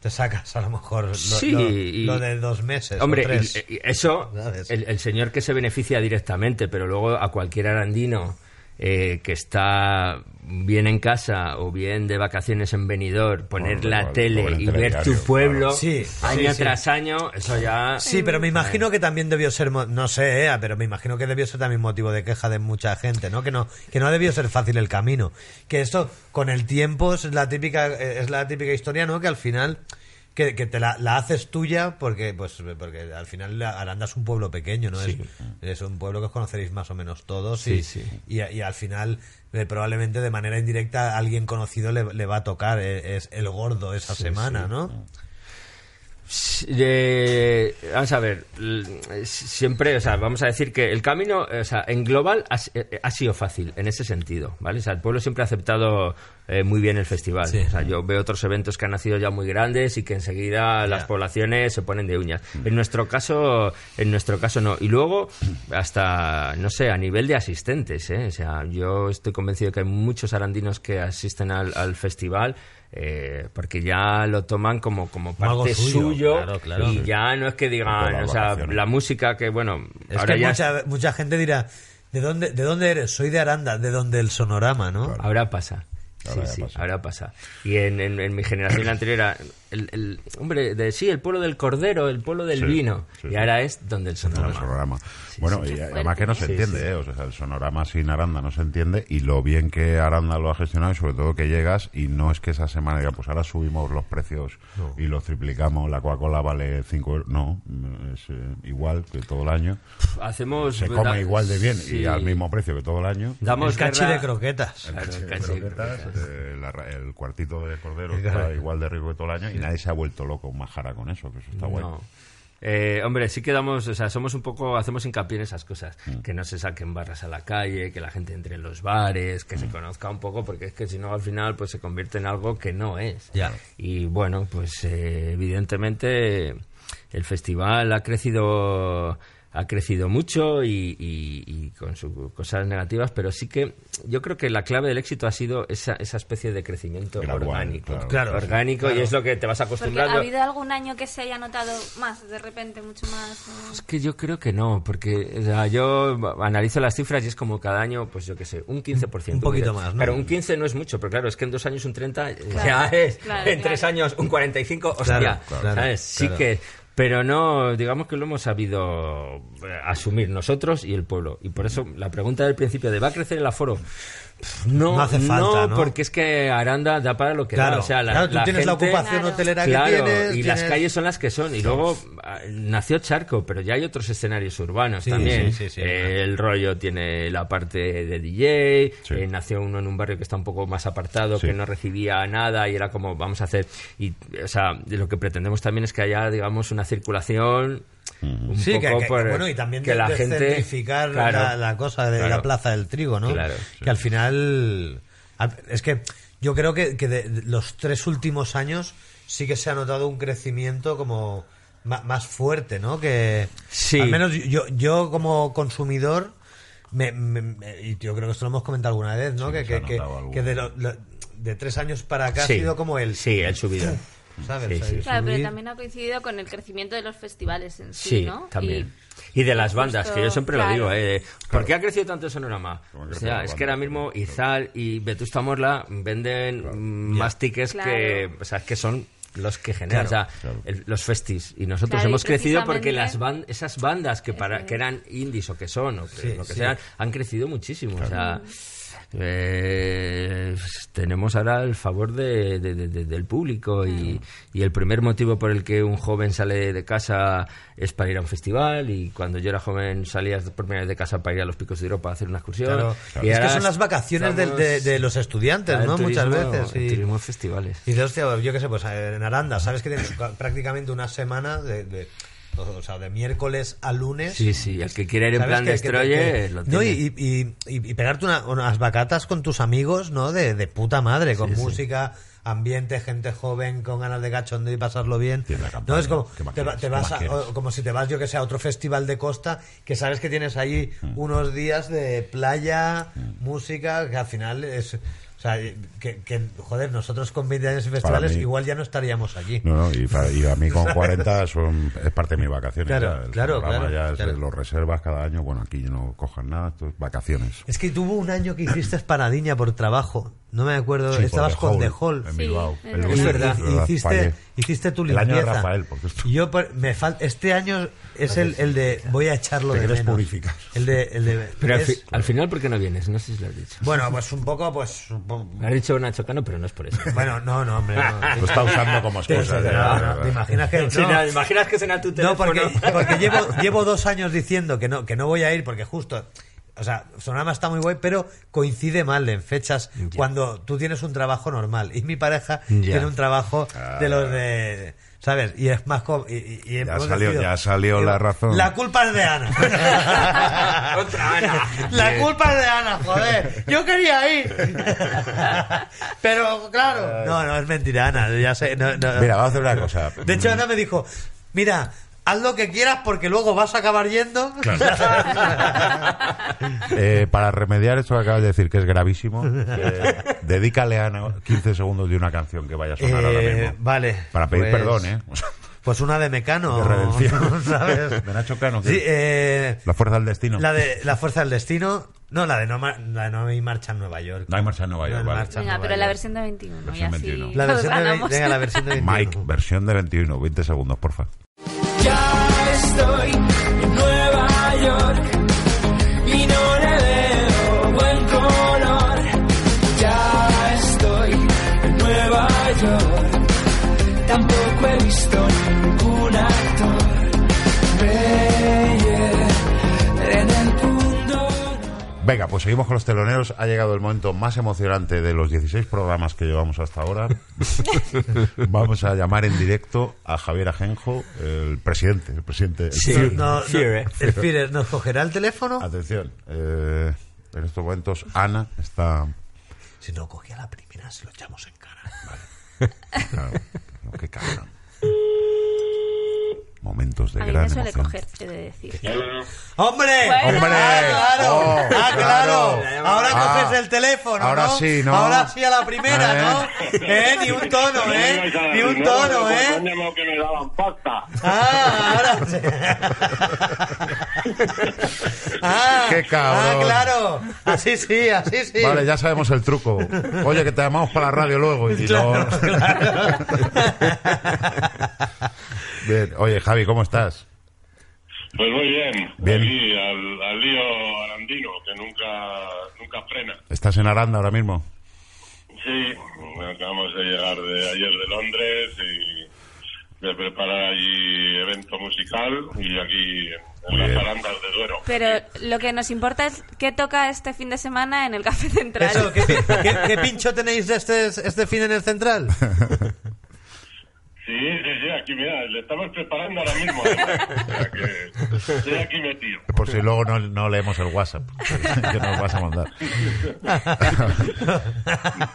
te sacas a lo mejor lo,
Sí,
lo-
y-
lo de dos meses. o
Hombre,
tres.
y- y eso,
¿Sabes?
el, el señor que se beneficia directamente, pero luego a cualquier arandino eh, que está bien en casa o bien de vacaciones en Benidorm, poner
Bueno,
la
igual,
tele
igual en
y ver tu
telediario,
pueblo
claro. Sí,
año
sí, sí.
tras año, eso ya...
Sí, pero me imagino que también debió ser, mo- no sé, eh, pero me imagino que debió ser también motivo de queja de mucha gente, ¿no? Que no, que no debió ser fácil el camino. Que esto, con el tiempo, es la típica, eh, es la típica historia, ¿no? Que al final, que, que te la, la haces tuya porque, pues, porque al final la- Aranda es un pueblo pequeño, ¿no? Es, es un pueblo que os conoceréis más o menos todos y,
Sí, sí.
y, a- y al final eh, probablemente de manera indirecta alguien conocido le, le va a tocar eh, es el gordo esa semana, ¿no?
Eh, vamos a ver, l- eh, siempre, o sea, vamos a decir que el camino, eh, o sea, en global ha, si- eh, ha sido fácil en ese sentido, ¿vale? O sea, el pueblo siempre ha aceptado eh, muy bien el festival.
Sí.
O sea, yo veo otros eventos que han nacido ya muy grandes y que enseguida las poblaciones se ponen de uñas. En nuestro caso, en nuestro caso no. Y luego, hasta, no sé, a nivel de asistentes, ¿eh? O sea, yo estoy convencido que hay muchos arandinos que asisten al, al festival. eh, porque ya lo toman como, como
Como algo
parte
suyo,
suyo,
claro, claro.
y ya no es que
Por todas
digan, o
las
sea,
vacaciones.
la música que bueno,
Es
ahora
que
ya
mucha, mucha gente dirá, ¿de dónde, ¿de dónde eres? Soy de Aranda, de donde el sonorama, ¿no?
ahora pasa. Sí,
Ahora ya
sí,
pasa.
ahora pasa. Y en, en- en mi generación anterior era el, el- hombre de sí, el pueblo del cordero, el pueblo del
Sí,
vino,
sí,
y ahora es donde el
en el
sonorama.
sonorama. bueno, y además
fuerte.
que no se
Sí,
entiende,
sí.
¿eh? O sea, el sonorama sin Aranda no se entiende y lo bien que Aranda lo ha gestionado y sobre todo que llegas y no es que esa semana diga, pues ahora subimos los precios y los triplicamos, la Coca-Cola vale 5 euros. No, es eh, igual que todo el año.
Pff, Hacemos
Se come
Pues da-
igual de bien
sí.
y al mismo precio que todo el año.
Damos
el cachi
guerra-
de croquetas.
Claro,
Sí,
el
pero
cachi de
¿qué tal?
croquetas.
Eh, la ra- el cuartito de cordero está igual de rico que todo el año y nadie se ha vuelto loco un majara con eso, que eso está bueno.
No. Eh, hombre, sí que damos, o sea, somos un poco, hacemos hincapié en esas cosas,
Mm.
que no se saquen barras a la calle, que la gente entre en los bares, que
Mm.
se conozca un poco, porque es que si no al final pues se convierte en algo que no es.
Ya.
Y bueno, pues eh, evidentemente el festival ha crecido ha crecido mucho y, y- y con sus cosas negativas, pero sí que yo creo que la clave del éxito ha sido esa, esa especie de crecimiento
Gradual,
orgánico.
claro.
Claro,
orgánico y es lo que te vas
Porque ha
acostumbrando.
habido algún año que se haya notado más, de repente, mucho más. ¿no?
Es que yo creo que no, porque o sea, yo analizo las cifras y es como cada año, pues yo qué sé, un 15%.
Un poquito más, ¿no?
Pero un 15 no es mucho, pero claro, es que en dos años un 30, eh,
Claro,
ya es.
claro,
en tres
claro.
años un 45, hostia.
Claro, claro,
¿sabes? Sí
claro.
que. Pero no, digamos que lo hemos sabido eh, asumir nosotros y el pueblo. Y por eso la pregunta del principio de ¿va a crecer el aforo? Pf, No,
No hace falta, ¿no?
porque es que Aranda da para lo que da.
Claro,
O sea, la,
claro, tú
la
tienes la
gente-
ocupación
Claro.
hotelera
Claro,
que tienes.
y
tienes-
las calles son las que son. Y luego ah, nació Charco, pero ya hay otros escenarios urbanos
Sí,
también.
sí, sí, sí,
Eh,
claro.
El rollo tiene la parte de DJ,
Sí.
eh, nació uno en un barrio que está un poco más apartado,
Sí.
que no recibía nada y era como, vamos a hacer... Y, o sea, lo que pretendemos también es que haya, digamos, una circulación... un
Sí, que,
poco
que-
por-
bueno, y también
que
de-
la
de
gente
centrificar
Claro,
la, la cosa de
claro.
la plaza del trigo, ¿no?
Claro,
que al final. al- Es que yo creo que, que de- de los tres últimos años sí que se ha notado un crecimiento como ma- más fuerte, ¿no? Que
Sí.
al menos yo, yo como consumidor, me- me- me- y yo creo que esto lo hemos comentado alguna vez, ¿no?
Sí,
que,
se ha
que, que-
notado algo.
que de, lo- lo- de tres años para acá
Sí.
ha sido como el...
Sí, el subidón.
¿Sabes?
Sí,
O sea,
sí.
el
Claro, pero
subir.
también ha coincidido con el crecimiento de los festivales en sí,
Sí,
¿no?
también.
Y-
Y, de las bandas,
justo,
que yo siempre
claro.
lo digo, ¿eh? ¿Por qué ha crecido tanto Sonorama?
Como han
O
crecido
sea,
las
es que ahora
bandas,
mismo
claro.
Izal y Vetusta Morla venden mm, más tickets
Claro.
que... O sea, es que son los que generan
Claro,
o sea, el- los festis y nosotros
Claro, y
hemos crecido porque las
precisamente-
ban- esas bandas que para que eran indies o que son o que,
Sí,
lo que
sí.
sean han crecido muchísimo o sea eh, tenemos ahora el favor de- de- de- de- del público y, y el primer motivo por el que un joven sale de casa es para ir a un festival y cuando yo era joven salías por primera vez de casa para ir a los picos de Europa a hacer una excursión
Claro.
y
es que
ahora
son las vacaciones del- de, de los estudiantes,
estamos-
¿no?
el
Muchas
turismo-
veces.
el
Y,
turismo de festivales
y dices, hostia, yo qué sé, pues en Aranda, ¿sabes que tienes ca- prácticamente una semana de, de- o o sea, de miércoles a lunes?
sí sí el que quiera ir en
¿sabes?
plan
Que- que-
destroyer
que-
lo
no,
tiene.
y, y- y- y pegarte una- unas vacatas con tus amigos, ¿no? De, de puta madre, con música, ambiente, gente joven, con ganas de cachondeo y pasarlo bien.
Tienda de campaña,
No, es como,
¿qué más
te, va-
quieres?
te
¿Qué
vas
más
a-
quieres?
o- como si te vas, yo que sé, a otro festival de costa, que sabes que tienes ahí
Mm.
unos días de playa, música, que al final es... O sea, que, que, joder, nosotros con 20 años y festivales
mí-
igual ya no estaríamos allí.
No, no, y, para- y a mí con 40 son, es parte de mis vacaciones.
Claro,
ya, el
claro,
programa
claro,
Ya es
claro.
de los reservas cada año. Bueno, aquí no cojan nada, esto es vacaciones.
Es que tuvo un año que hiciste paradiña por trabajo. No me acuerdo,
Sí, por
estabas
The
con The
Hall,
Hall.
En
Sí,
Bilbao.
es
El
verdad.
Y-
Es
lunes,
verdad.
es
y- Hiciste,
fallé.
hiciste tu
El
limpieza.
año de Rafael, porque esto-
Y Yo por- me fal- este año es el, el de voy a echarlo
Te
de
quieres
menos.
purificar.
El de, el de-
pero al,
es-
fi- al final por qué no vienes no sé si lo has dicho
bueno, pues un poco, pues un po-
Me has dicho Nacho Cano, pero no es por eso.
bueno, no, no, hombre, no.
Lo está usando como
Te-
excusa.
te-
ya,
no,
ya,
no,
ya.
¿Te imaginas que
Si
no?
no, imaginas que será tu
No,
teléfono.
porque, porque llevo, llevo dos años diciendo que no, que no voy a ir porque justo... O sea, Sonama está muy guay, pero coincide mal en fechas cuando tú tienes un trabajo normal. Y mi pareja
Ya.
tiene un trabajo de los de... ¿Sabes? Y es más... com- Y, y- y hemos
salió-
decidido-
ya salió la razón.
La culpa es de Ana.
Otra Ana.
La culpa es de Ana, joder. Yo quería ir. Pero claro. No, no, es mentira, Ana. Ya sé. no, no.
Mira, vamos a hacer una cosa.
De hecho, Ana me dijo, mira, haz lo que quieras porque luego vas a acabar yendo.
Eh, para remediar esto que acabas de decir, que es gravísimo, eh, dedícale a Ana 15 segundos de una canción que vaya a sonar ahora
Eh,
mismo.
vale.
Para pedir
pues-
perdón, ¿eh?
Pues una de Mecano.
De redención.
¿sabes?
De Nacho Cano, ¿qué?
Sí, eh,
La fuerza del destino.
la de La Fuerza del Destino. No, la de No, Mar- la de no hay marcha en Nueva York.
No hay marcha en Nueva York,
No hay
vale.
marcha en
Venga,
Nueva
pero la
York.
versión de 21. y
Versión
así
21.
La versión de,
ganamos.
venga, la versión de 21.
Mike, versión de 21, 20 segundos, porfa.
Ya estoy en Nueva York y no le veo buen color. Ya estoy en Nueva York, tampoco he visto ningún actor. Reyes en el punto.
Venga, pues seguimos con los teloneros. Ha llegado el momento más emocionante de los 16 programas que llevamos hasta ahora. Vamos a llamar en directo a Javier Ajenjo, el presidente. El presidente.
No, no,
Führer.
el Führer nos cogerá el teléfono.
Atención, eh, en estos momentos Ana está.
Si no cogía la primera, se lo echamos en cara.
Claro, qué cabrón. momentos de
A mí
gran
me suele
emoción.
coger, he de decir.
¡Hombre!
Bueno.
¡Hombre!
¡Ah, claro!
Oh,
¡Ah, claro! Ahora
Ah,
coges el teléfono,
ahora
¿no?
sí, ¿no?
Ahora sí a la primera,
¿Eh?
¿no? ¿Eh? Ni un tono, ¿eh? Ni un tono, ¿eh?
que me daban pasta.
Ah, ahora sí. ah,
Qué cabrón.
Ah, claro. Así sí, así sí.
Vale, ya sabemos el truco. Oye, que te llamamos para la radio luego. Y no. Bien. Oye, Javi, ¿cómo estás?
Pues muy bien.
Bien.
Aquí, al, al lío arandino, que nunca, nunca frena.
¿Estás en Aranda ahora mismo?
Sí, acabamos de llegar de ayer de Londres y de preparar allí evento musical y aquí en las arandas de Duero.
Pero lo que nos importa es qué toca este fin de semana en el Café Central.
Eso, ¿qué, qué- qué pincho tenéis de este, este fin en el central?
Sí, sí, sí, aquí mira, le estamos preparando ahora mismo. además. O sea que estoy aquí metido.
Por si luego no, no leemos el WhatsApp que nos vas a mandar.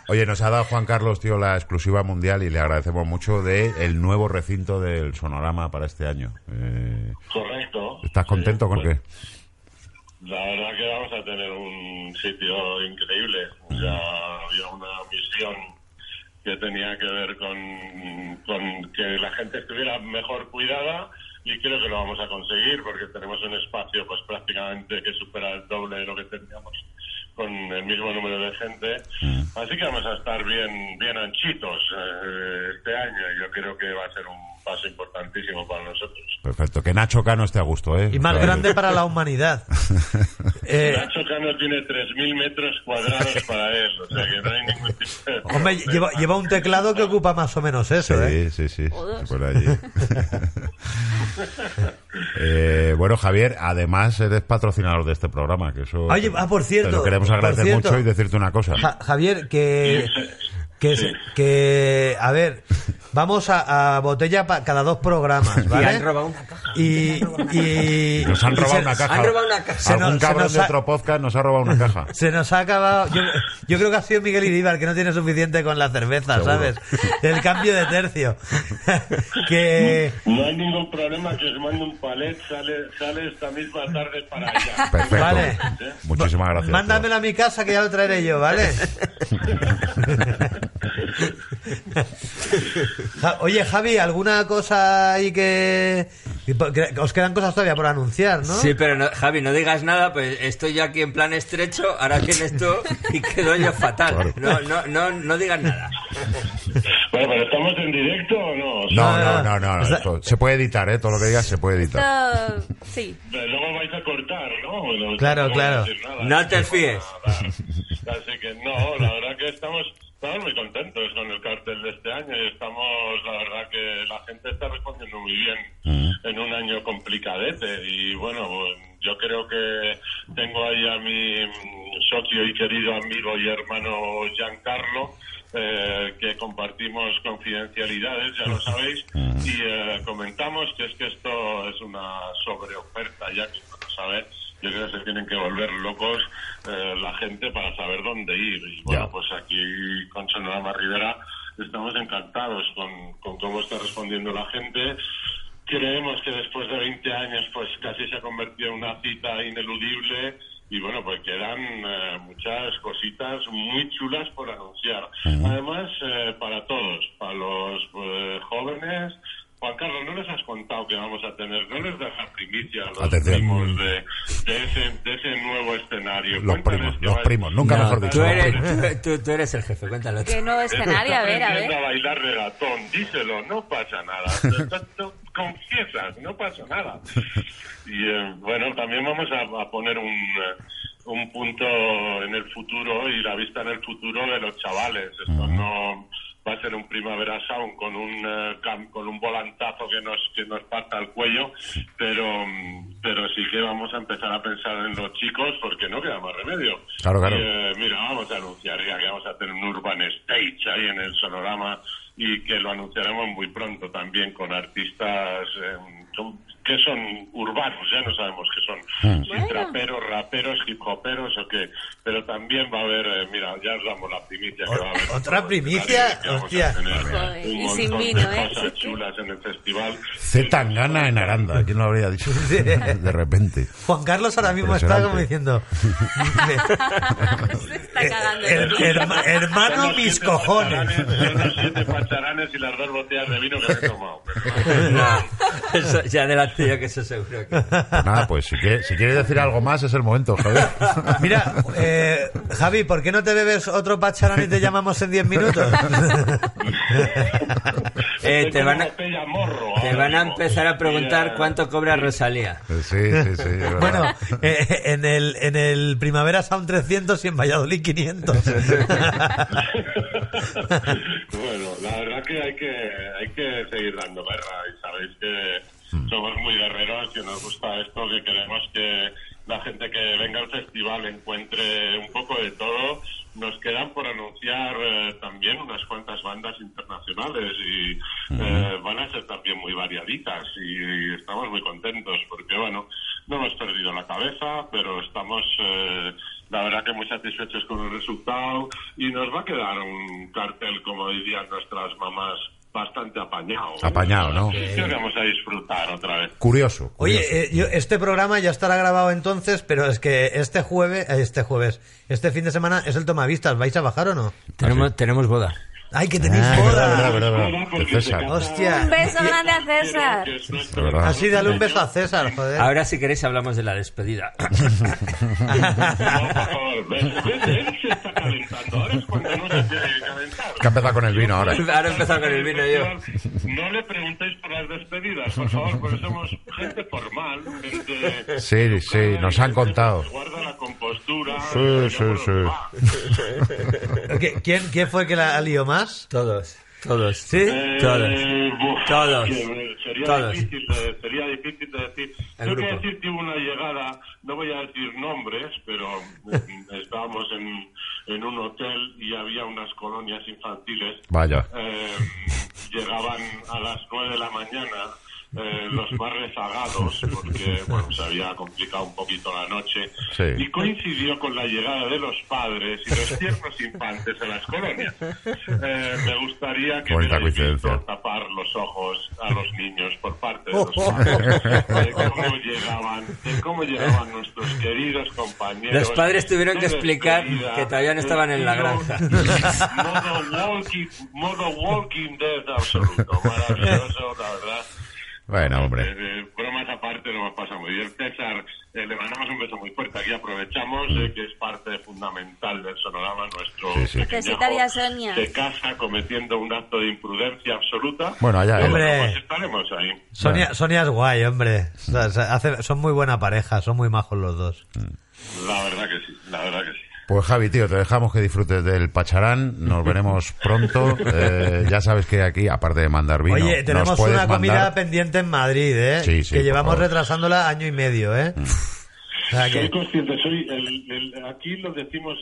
Oye, nos ha dado Juan Carlos, tío, la exclusiva mundial y le agradecemos mucho de el nuevo recinto del Sonorama para este año. Eh,
Correcto.
¿Estás contento con
pues,
qué?
La verdad que vamos a tener un sitio increíble. Ya había una misión que tenía que ver con, con que la gente estuviera mejor cuidada y creo que lo vamos a conseguir porque tenemos un espacio pues prácticamente que supera el doble de lo que teníamos con el mismo número de gente. Así que vamos a estar bien, bien anchitos eh, este año y yo creo que va a ser un paso importantísimo para nosotros.
Perfecto. Que Nacho Cano esté a gusto, ¿eh?
Y más
Claro.
grande para la humanidad. Eh,
Nacho Cano tiene 3.000 metros cuadrados para él, o sea que no hay ningún tipo de...
hombre, lleva, lleva un teclado que ocupa más o menos eso, ¿eh?
Sí, sí, sí.
O dos.
Por allí. Eh, bueno, Javier, además eres patrocinador de este programa, que eso...
Oye, ah, por cierto,
Te lo queremos
por
agradecer
cierto.
mucho y decirte una cosa.
Ja- Javier, que, que, se- que, a ver, vamos a, a botella para cada dos programas,
Y
¿vale?
han robado una caja.
Y, y-
Nos han
y
robado
se-
una caja.
Han robado una caja.
Se
Algún
nos- se
cabrón
nos
de
ha-
otro podcast nos ha robado una caja.
Se nos ha acabado. Yo, yo creo que ha sido Miguel Iríbar, que no tiene suficiente con la cerveza, ¿sabes? El cambio de tercio. que.
No hay ningún problema que os mande un palet, sale, sale esta misma tarde para allá.
Perfecto.
Vale.
Muchísimas gracias. tío.
Mándamela a mi casa que ya lo traeré yo, ¿vale? Ja- Oye, Javi, ¿alguna cosa ahí que... que Os quedan cosas todavía por anunciar, ¿no?
Sí, pero no- Javi, no digas nada, pues estoy yo aquí en plan estrecho, ahora tienes tú y quedo yo fatal. No, no, no, no digas nada.
Bueno, pero ¿estamos en directo o no? O sea,
No,
Ah.
no, no, no. no, esto se puede editar, ¿eh? Todo lo que digas se puede editar.
Esto- sí.
Luego vais a cortar, ¿no? Bueno,
Claro,
no voy a
claro.
decir nada. ¿eh?
No te fíes.
Así que no, la verdad que estamos, estamos muy contentos con el cartel de este año y estamos, la verdad que la gente está respondiendo muy bien en un año complicadete y bueno, yo creo que tengo ahí a mi mm, socio y querido amigo y hermano Giancarlo. eh, que compartimos confidencialidades, ya lo sabéis, y eh, comentamos que es que esto es una sobreoferta, ya que no sabes yo creo que se tienen que volver locos eh, la gente para saber dónde ir. Y bueno,
Ya.
pues aquí con Sonorama Rivera estamos encantados con, con cómo está respondiendo la gente. Creemos que después de 20 años, pues casi se ha convertido en una cita ineludible. Y bueno, pues quedan eh, muchas cositas muy chulas por anunciar. Además, eh, para todos, para los eh, jóvenes. Juan Carlos, no les has contado que vamos a tener, no les das la primicia a los
Atención.
primos de, de ese, de ese nuevo escenario.
Los
Cuéntales
primos,
que
los
vais-
primos. Nunca
No,
mejor dicho.
tú,
los
eres,
primos.
tú- tú- tú eres el jefe, cuéntalo. tú.
Qué nuevo escenario, a ver, a
Aprendiendo
ver.
a bailar regatón, díselo, no pasa nada. Tú Confiesas, no pasa nada. Y eh, bueno, también vamos a, a poner un, eh, un punto en el futuro y la vista en el futuro de los chavales. Esto no va a ser un primavera sound con un eh, cam- con un volantazo que nos que nos parta el cuello, pero mm, pero sí que vamos a empezar a pensar en los chicos porque no queda más remedio.
Claro, claro.
Y, eh, eh, mira, vamos a anunciar ya que vamos a tener un Urban Stage ahí en el Sonorama y que lo anunciaremos muy pronto también con artistas eh, con que son urbanos, ya no sabemos qué son,
Ah.
si
Bueno.
traperos, raperos, hip hoperos o qué, pero también va a haber, eh, mira, ya os damos la primicia. que va a haber
¿Otra
otro festival
primicia?
que vamos a
Hostia.
tener
Joder,
Un
y sin
montón
vino,
de
¿eh?
cosas chulas en el festival.
Z Tangana en Aranda, ¿quién lo habría dicho? De repente.
Juan Carlos ahora mismo está como diciendo,
Se está cagando. en
"Her-
ti.
herma-
Son
hermano
los
mis
siete
cojones.
pacharanes, son los siete pacharanes y las dos botellas de vino que me he tomado.
No, eso ya adelanto yo que eso seguro que...
Pues nada, pues si quieres, si quieres decir algo más es el momento, Javier.
Mira, eh, Javi, ¿por qué no te bebes otro pacharán y te llamamos en 10 minutos?
Eh,
Estoy
te
con
van
una
a-
botella morro
Te
ahora
van a
mismo.
empezar a preguntar
Y, eh,
cuánto cobra Rosalía.
Sí, sí, sí. es verdad.
Bueno, eh, en, el, en el Primavera Sound 300 y en Valladolid 500.
bueno, la verdad que hay que hay que seguir dando guerra y sabéis que somos muy guerreros y nos gusta esto que queremos que la gente que venga al festival encuentre un poco de todo. Nos quedan por anunciar eh, también unas cuantas bandas internacionales y eh, van a ser también muy variaditas y, estamos muy contentos porque bueno, no hemos perdido la cabeza, pero estamos eh, la verdad que muy satisfechos con el resultado y nos va a quedar un cartel, como dirían nuestras mamás, bastante apañado. ¿eh?
Apañado, ¿no?
Yo creo que vamos a disfrutar otra vez.
Curioso. curioso.
Oye, eh, yo- este programa ya estará grabado entonces, pero es que este jueves, eh, este jueves, este fin de semana es el tomavistas. ¿Vais a bajar o no?
Tenemos, tenemos boda.
¡Ay, que tenéis
Ah,
boda!
verdad, verdad, verdad.
Hola,
De
porque se
César.
canta-
Hostia.
Un beso grande a César.
Que es
De
nuestro-
verdad.
Así dale un beso a César,
¿Eh?
joder.
Ahora si queréis hablamos de la despedida.
Por favor, ves, ves, él se está calentando. Ahora es cuando no se tiene que calentar.
Que ha empezado con el vino ahora.
Ahora he empezado con el vino yo.
No le preguntéis por las despedidas, por favor, porque somos gente formal. gente-
Sí, sí, nos han contado.
que Guarda la compostura.
Sí,
que
sí,
bueno,
sí.
va.
¿Qui- ¿Quién, ¿Quién fue que la lió más?
Todos, todos.
¿Sí?
Eh,
Todos.
buf,
Todos.
que eh, Sería,
Todos.
Difícil de, sería difícil de decir.
El grupo.
Yo quiero decir que hubo una llegada, no voy a decir nombres, pero mm, estábamos en, en un hotel y había unas colonias infantiles.
Vaya.
Eh, llegaban a las nueve de la mañana eh, los más rezagados, porque bueno, se había complicado un poquito la noche.
Sí.
Y coincidió con la llegada de los padres y los tiernos infantes a las colonias. Eh, me gustaría que
Bonita
hubierais visto
coincidencia.
tapar los ojos a los niños por parte de los padres, de cómo llegaban, de cómo llegaban nuestros queridos compañeros.
Los padres tuvieron que
de
explicar
despedida,
que todavía no estaban en la granja.
Modo walking, modo walking dead absoluto, maravilloso, la verdad.
Bueno, hombre.
Eh, eh, bromas aparte, lo hemos pasado muy bien. César, eh, le mandamos un beso muy fuerte. Aquí aprovechamos eh, que es parte fundamental del sonorama nuestro.
Sí, sí.
pequeñajo
Cesitaria Sonia.
Se casa cometiendo un acto de imprudencia absoluta.
Bueno, allá ¿eh? él.
Pero
Hombre.
pues estaremos ahí.
Sonia, Sonia es guay, hombre. O sea, se hace- son muy buena pareja, son muy majos los dos.
La verdad que sí, la verdad que sí.
Pues Javi, tío, te dejamos que disfrutes del pacharán. Nos veremos pronto. Eh, ya sabes que aquí, aparte de mandar vino,
Oye,
nos
tenemos
puedes
una comida
mandar-
pendiente en Madrid, ¿eh?
Sí, sí,
que
por
llevamos
favor. Mm.
retrasándola año y medio, ¿eh? O sea que-
Soy consciente, soy el, el- aquí lo decimos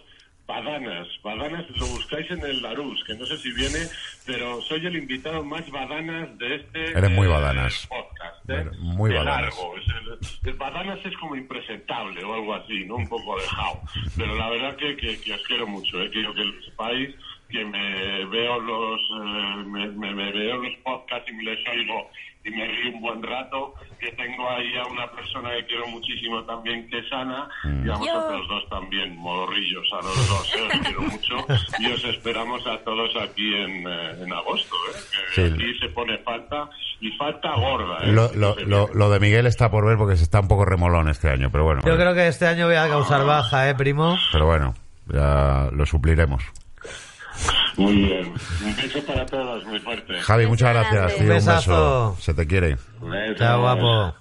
badanas, badanas lo buscáis en el Larús, que no sé si viene, pero soy el invitado más badanas de este
Eres muy
eh,
badanas.
podcast. ¿eh?
Eres muy
De
badanas.
largo, es el- el badanas es como impresentable o algo así, ¿no? Un poco alejado. Pero la verdad que, que, que os quiero mucho, ¿eh? quiero que lo sepáis, que me veo los eh, me, me- me veo los podcasts y me les oigo y me río un buen rato, que tengo ahí a una persona que quiero muchísimo también, que es Ana, y a vosotros dos también, morrillos, a los dos, eh, os quiero mucho, y os esperamos a todos aquí en, eh, en agosto, ¿eh? que
Sí.
aquí se pone falta, y falta gorda. ¿eh?
Lo, lo-
Que se
lo-
viene.
lo de Miguel está por ver porque se está un poco remolón este año, pero bueno.
Yo creo que este año voy a causar baja, ¿eh, primo?
Pero bueno, ya lo supliremos.
Muy bien. Un beso para todos, muy fuerte.
Javi, muchas gracias, tío.
Un
Un beso.
besazo.
Se te quiere.
Chao, guapo.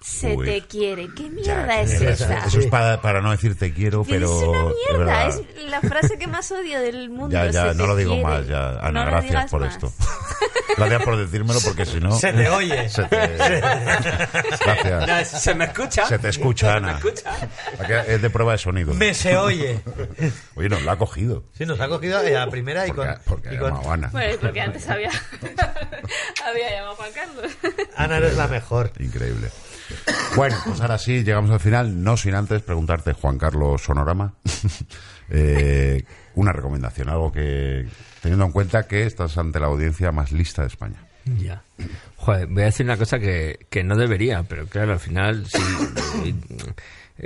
Se
Uy.
te quiere. ¿Qué mierda
Ya,
es
eso-
esa?
Eso es para, para no decir te quiero,
Pero
pero.
es una
de
mierda,
verdad.
es la frase que más odio del mundo.
Ya, ya,
se
no
te
lo digo
quiere.
más, ya. Ana,
No lo
gracias
digas
por
más.
esto. Gracias por decírmelo porque si no.
Se te oye.
Se te- Gracias.
No, ¿Se me escucha?
Se te escucha, Ana.
¿Se me escucha?
Aquí Es de prueba de sonido.
Me se oye.
Oye, nos la ha cogido.
Sí, nos ha cogido a la primera y con,
Porque, porque
y
ha
con-
llamado Ana.
Bueno, es porque antes había, había llamado a Juan Carlos.
Ana eres la mejor.
Increíble. Bueno, pues ahora sí, llegamos al final. No sin antes preguntarte, Juan Carlos Sonorama, eh, una recomendación, algo que, teniendo en cuenta que estás ante la audiencia más lista de España.
Ya. Joder, voy a decir una cosa que, que no debería, pero claro, al final sí. y-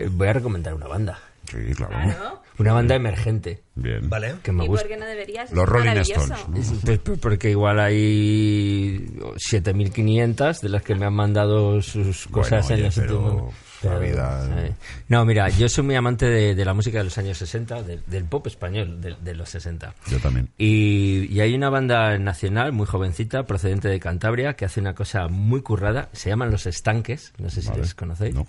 eh, voy a recomendar una banda.
Sí, claro.
Claro.
Una banda emergente
Bien.
¿Vale?
que me
¿Y
gusta.
por qué no deberías?
Los
Es
Rolling
maravilloso.
Stones. ¿no?
Pues, pues, porque igual hay 7.500 de las que me han mandado sus cosas
oye,
en los
pero
últimos-
la vida-
sí. No, mira, yo soy muy amante de, de la música de los años 60, del- del pop español de, de los 60.
Yo también.
Y, y hay una banda nacional muy jovencita, procedente de Cantabria, que hace una cosa muy currada. Se llaman Los Estanques. No sé si
Vale.
les conocéis.
No.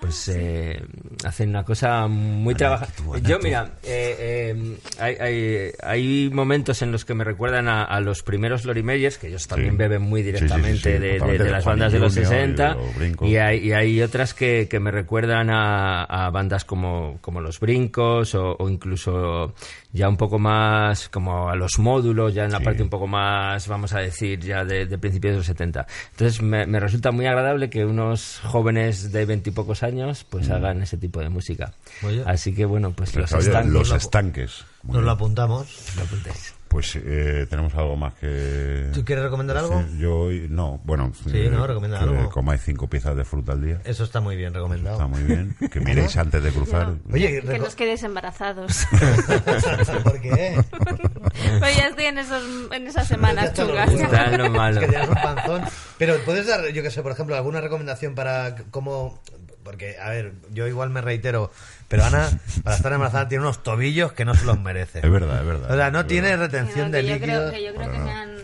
Pues eh, hacen una cosa muy trabajada. Yo, mira, eh, eh, hay, hay- hay momentos en los que me recuerdan a, a los primeros Lori Meyers, que ellos también beben muy
Sí, sí, sí,
directamente
sí,
de- de,
totalmente,
de
de
las
Juan
bandas de los
Junior y de
60.
los Brincos.
Y hay, y hay otras que, que me recuerdan a, a bandas como, como Los Brincos o, o incluso ya un poco más como a los módulos, ya en la parte un poco más, vamos a decir, ya de, de principios de los 70. Entonces me, me resulta muy agradable que unos jóvenes de veintipocos años pues hagan ese tipo de música.
Oye.
Así que bueno, pues los
Oye,
estanques
los
lo-
estanques. Muy
Nos lo
bien.
apuntamos.
lo apuntéis.
Pues eh, tenemos algo más que...
¿Tú quieres recomendar algo?
Sí, yo hoy- no, bueno, eh,
Sí, no, recomienda
que
algo. Eh,
comáis cinco piezas de fruta al día.
Eso está muy bien recomendado.
Está muy bien. Que miréis antes de cruzar.
Oye,
Que
reco-
nos quedes embarazados.
¿por qué?
pues ya estoy en, esos, en esas semanas
Está lo
chungas.
bueno.
Está en lo malo.
Es que tienes un panzón. Pero puedes dar, yo que sé, por ejemplo, alguna recomendación para c- cómo. Porque, a ver, yo igual me reitero, pero Ana, para estar embarazada, tiene unos tobillos que no se los merece.
Es verdad, es verdad.
O sea,
Es
no
verdad.
tiene
Que no,
retención de
que yo creo
líquidos.
que, yo creo que me han...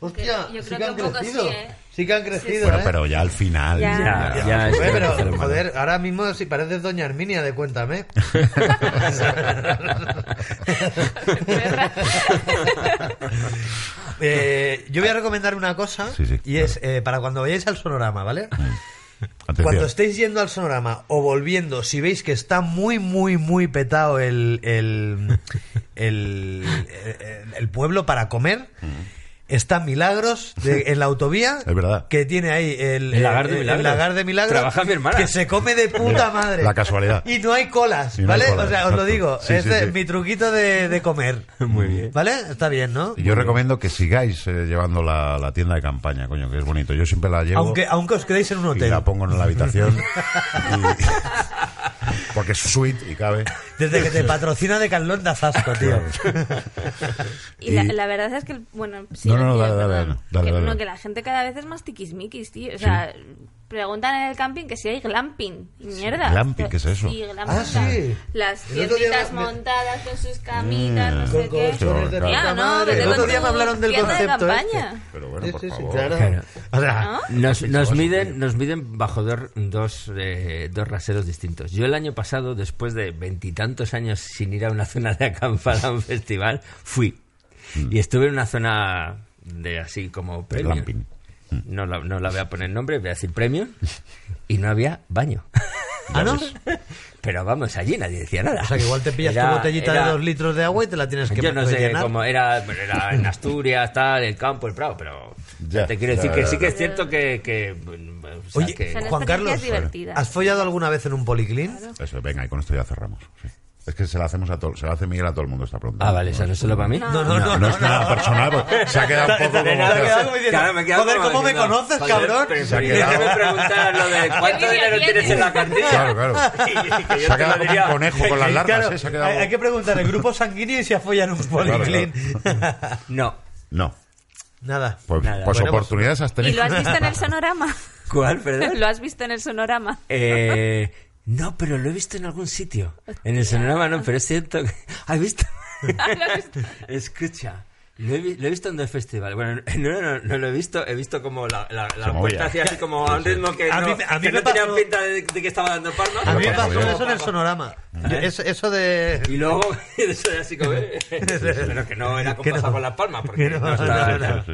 Hostia,
que- yo
sí
creo
que
que
han
un poco
crecido.
sí, ¿eh?
Sí que han crecido,
Bueno,
¿eh?
pero ya al final.
Ya.
Ya, ya,
Oye,
es que-
pero, joder, ahora mismo si pareces Doña Herminia, de cuéntame.
Perra.
Eh, yo voy a recomendar una cosa,
Sí, Mm. sí,
y es eh, para cuando vayáis al sonorama, ¿vale?
Atención.
Cuando estéis yendo al sonorama o volviendo, si veis que está muy, muy, muy petado el, el, el, el- el pueblo para comer, está Milagros de- en la autovía.
Mm. Es verdad.
Que tiene ahí el,
El lagar de
el- el
Milagros.
lagar de Milagros,
Trabaja mi hermana.
Que se come de puta madre.
la casualidad.
Y no hay colas,
Y no hay
¿vale?
colas,
o sea, os lo
exacto.
digo.
Sí,
este
sí,
es
sí.
mi truquito de, de comer.
Muy bien.
¿Vale? Está bien, ¿no?
Yo recomiendo que sigáis eh, llevando la, la tienda de campaña, coño, que es bonito. Yo siempre la llevo
Aunque, aunque os quedéis en un
y
hotel.
la pongo en la habitación. y- porque es suite y cabe.
Desde que te patrocina de Carlón de Azasco, tío.
Y la,
Y-
la verdad es que, bueno, sí,
No, no, no,
tío,
dale,
perdón.
dale, dale, dale,
que,
dale.
no, que la gente cada vez es más tiquismiquis, tío. O sea, preguntan en el camping que si hay glamping. Y Mierda.
glamping, ¿qué es eso?
Sí, glamping.
Ah, sí.
Las
El otro día
tienditas
me-
montadas con sus camitas,
Mm.
no
Con
sé qué.
colchones de
Claro.
Ya,
puta
no,
madre.
vete
El
con
otro día
tu
me hablaron del
tienda de
concepto este.
campaña.
Pero bueno,
Sí,
por
sí, sí,
favor.
claro.
Claro.
O sea, ¿Ah,
¿No?
Nos, nos miden, nos miden bajo dos, dos, eh, dos raseros distintos. Yo el año pasado, después de veintitantos años sin ir a una zona de acampada a un festival, fui. Y estuve en una zona de así como premium.
glamping.
No la, no la voy a poner nombre, voy a decir premium. Y no había baño.
¿Ah, no?
Pero vamos, allí nadie decía nada.
O sea, que igual te pillas
Era-
tu botellita
era-
de dos litros de agua y te la tienes que
yo no sé
rellenar.
cómo era, bueno, era en Asturias, tal, el campo, el Prado, pero
Ya,
te quiero
ya,
decir que
ya,
sí
ya.
que es cierto que... que, bueno, o sea,
Oye,
que-
O sea, la
Juan
experiencia
Carlos,
es divertida.
¿has follado alguna vez en un policlín?
Eso, venga, y con esto ya cerramos. sí. Es que se la hacemos a todo, se la hace Miguel a todo el mundo esta pregunta.
Ah, vale, eso no es solo para mí.
No, no, no.
No es nada personal, porque se ha quedado un poco
Te has quedado
como...
como diciendo,
Claro, me he quedado
Joder,
como
¿cómo me
diciendo,
conoces,
joder,
cabrón?
pero-
Se ha
pero
quedado-
Déjame preguntar lo de cuánto
Qué
dinero
bien.
tienes en la cartilla.
Claro, claro.
Y- y que yo
Se ha
te lo
quedado como
diría.
un conejo con las larvas,
Claro,
¿eh? Se ha quedado...
hay, hay que preguntar el grupo sanguíneo y si has follado en un policlín.
No.
No,
Nada.
pues,
Nada,
pues
bueno,
oportunidades has
¿Y
tenido.
lo has visto en el sonorama?
¿Cuál,
¿Eh?
perdón?
¿Lo has visto en el sonorama?
Eh, no, pero lo he visto en algún sitio. En el sonorama no, pero es cierto que... ¿Has visto?
Ah, lo has visto.
Escucha, Lo he, vi- lo he visto en dos festivales. Bueno, no, no, no, no lo he visto. He visto como la, la, la
Se movía.
puerta hacía así como a un ritmo que
A
no,
mí me- a mí
que
me
no tenía
pasó-
pinta de, de que estaba dando palmas.
A mí me
Pero
pasó
pues,
por
eso en el sonorama. Yo- eso, eso de.
Y luego, eso era así como... eh, Pero que no era
Que
compasado
no.
con las palmas, porque
Que no,
no estaba-
no, no.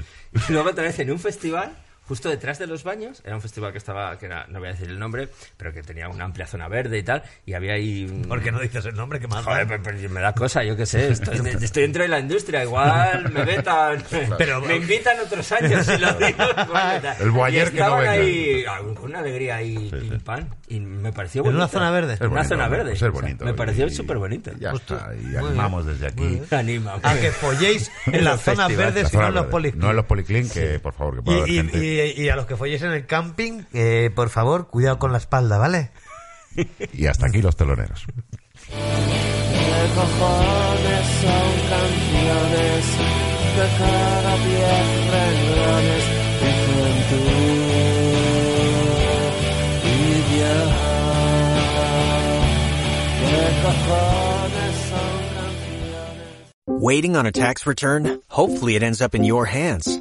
Y luego otra vez en un festival, justo detrás de los baños, era un festival que estaba, que era, no voy a decir el nombre, pero que tenía una amplia zona verde y tal, y había ahí... un-
¿Por qué no dices el nombre que más?
Joder, pero, pero me da cosa, yo qué sé, estoy, de- estoy dentro de la industria, igual me vetan,
Pero-
me invitan otros años, si lo digo. igual me da-
El voyeur
y
que no
estaban
venga.
ahí ah, con una alegría ahí,
Sí, sí.
pim, pam, y me pareció
En una
bonito.
zona verde. Es
En una
bonito,
zona
hombre,
verde.
pues es
o sea,
bonito.
me pareció
Y-
súper bonito.
Ya
Pues tú-
está, y
muy
animamos desde aquí.
Anima. pues.
A Ah, que folléis en las zonas
La
verdes y
zona
no en los
verde.
polis.
No en los policlin, que por favor, que pueda haber
y, y-
gente.
y- y a los que folléis en el camping, eh, por favor, cuidado con la espalda, ¿vale?
Y hasta aquí los teloneros.
¿Qué cojones son canciones de cada diez renglones dicen tú y yo? ¿Qué cojones son canciones?
Waiting on a tax return? Hopefully it ends up in your hands.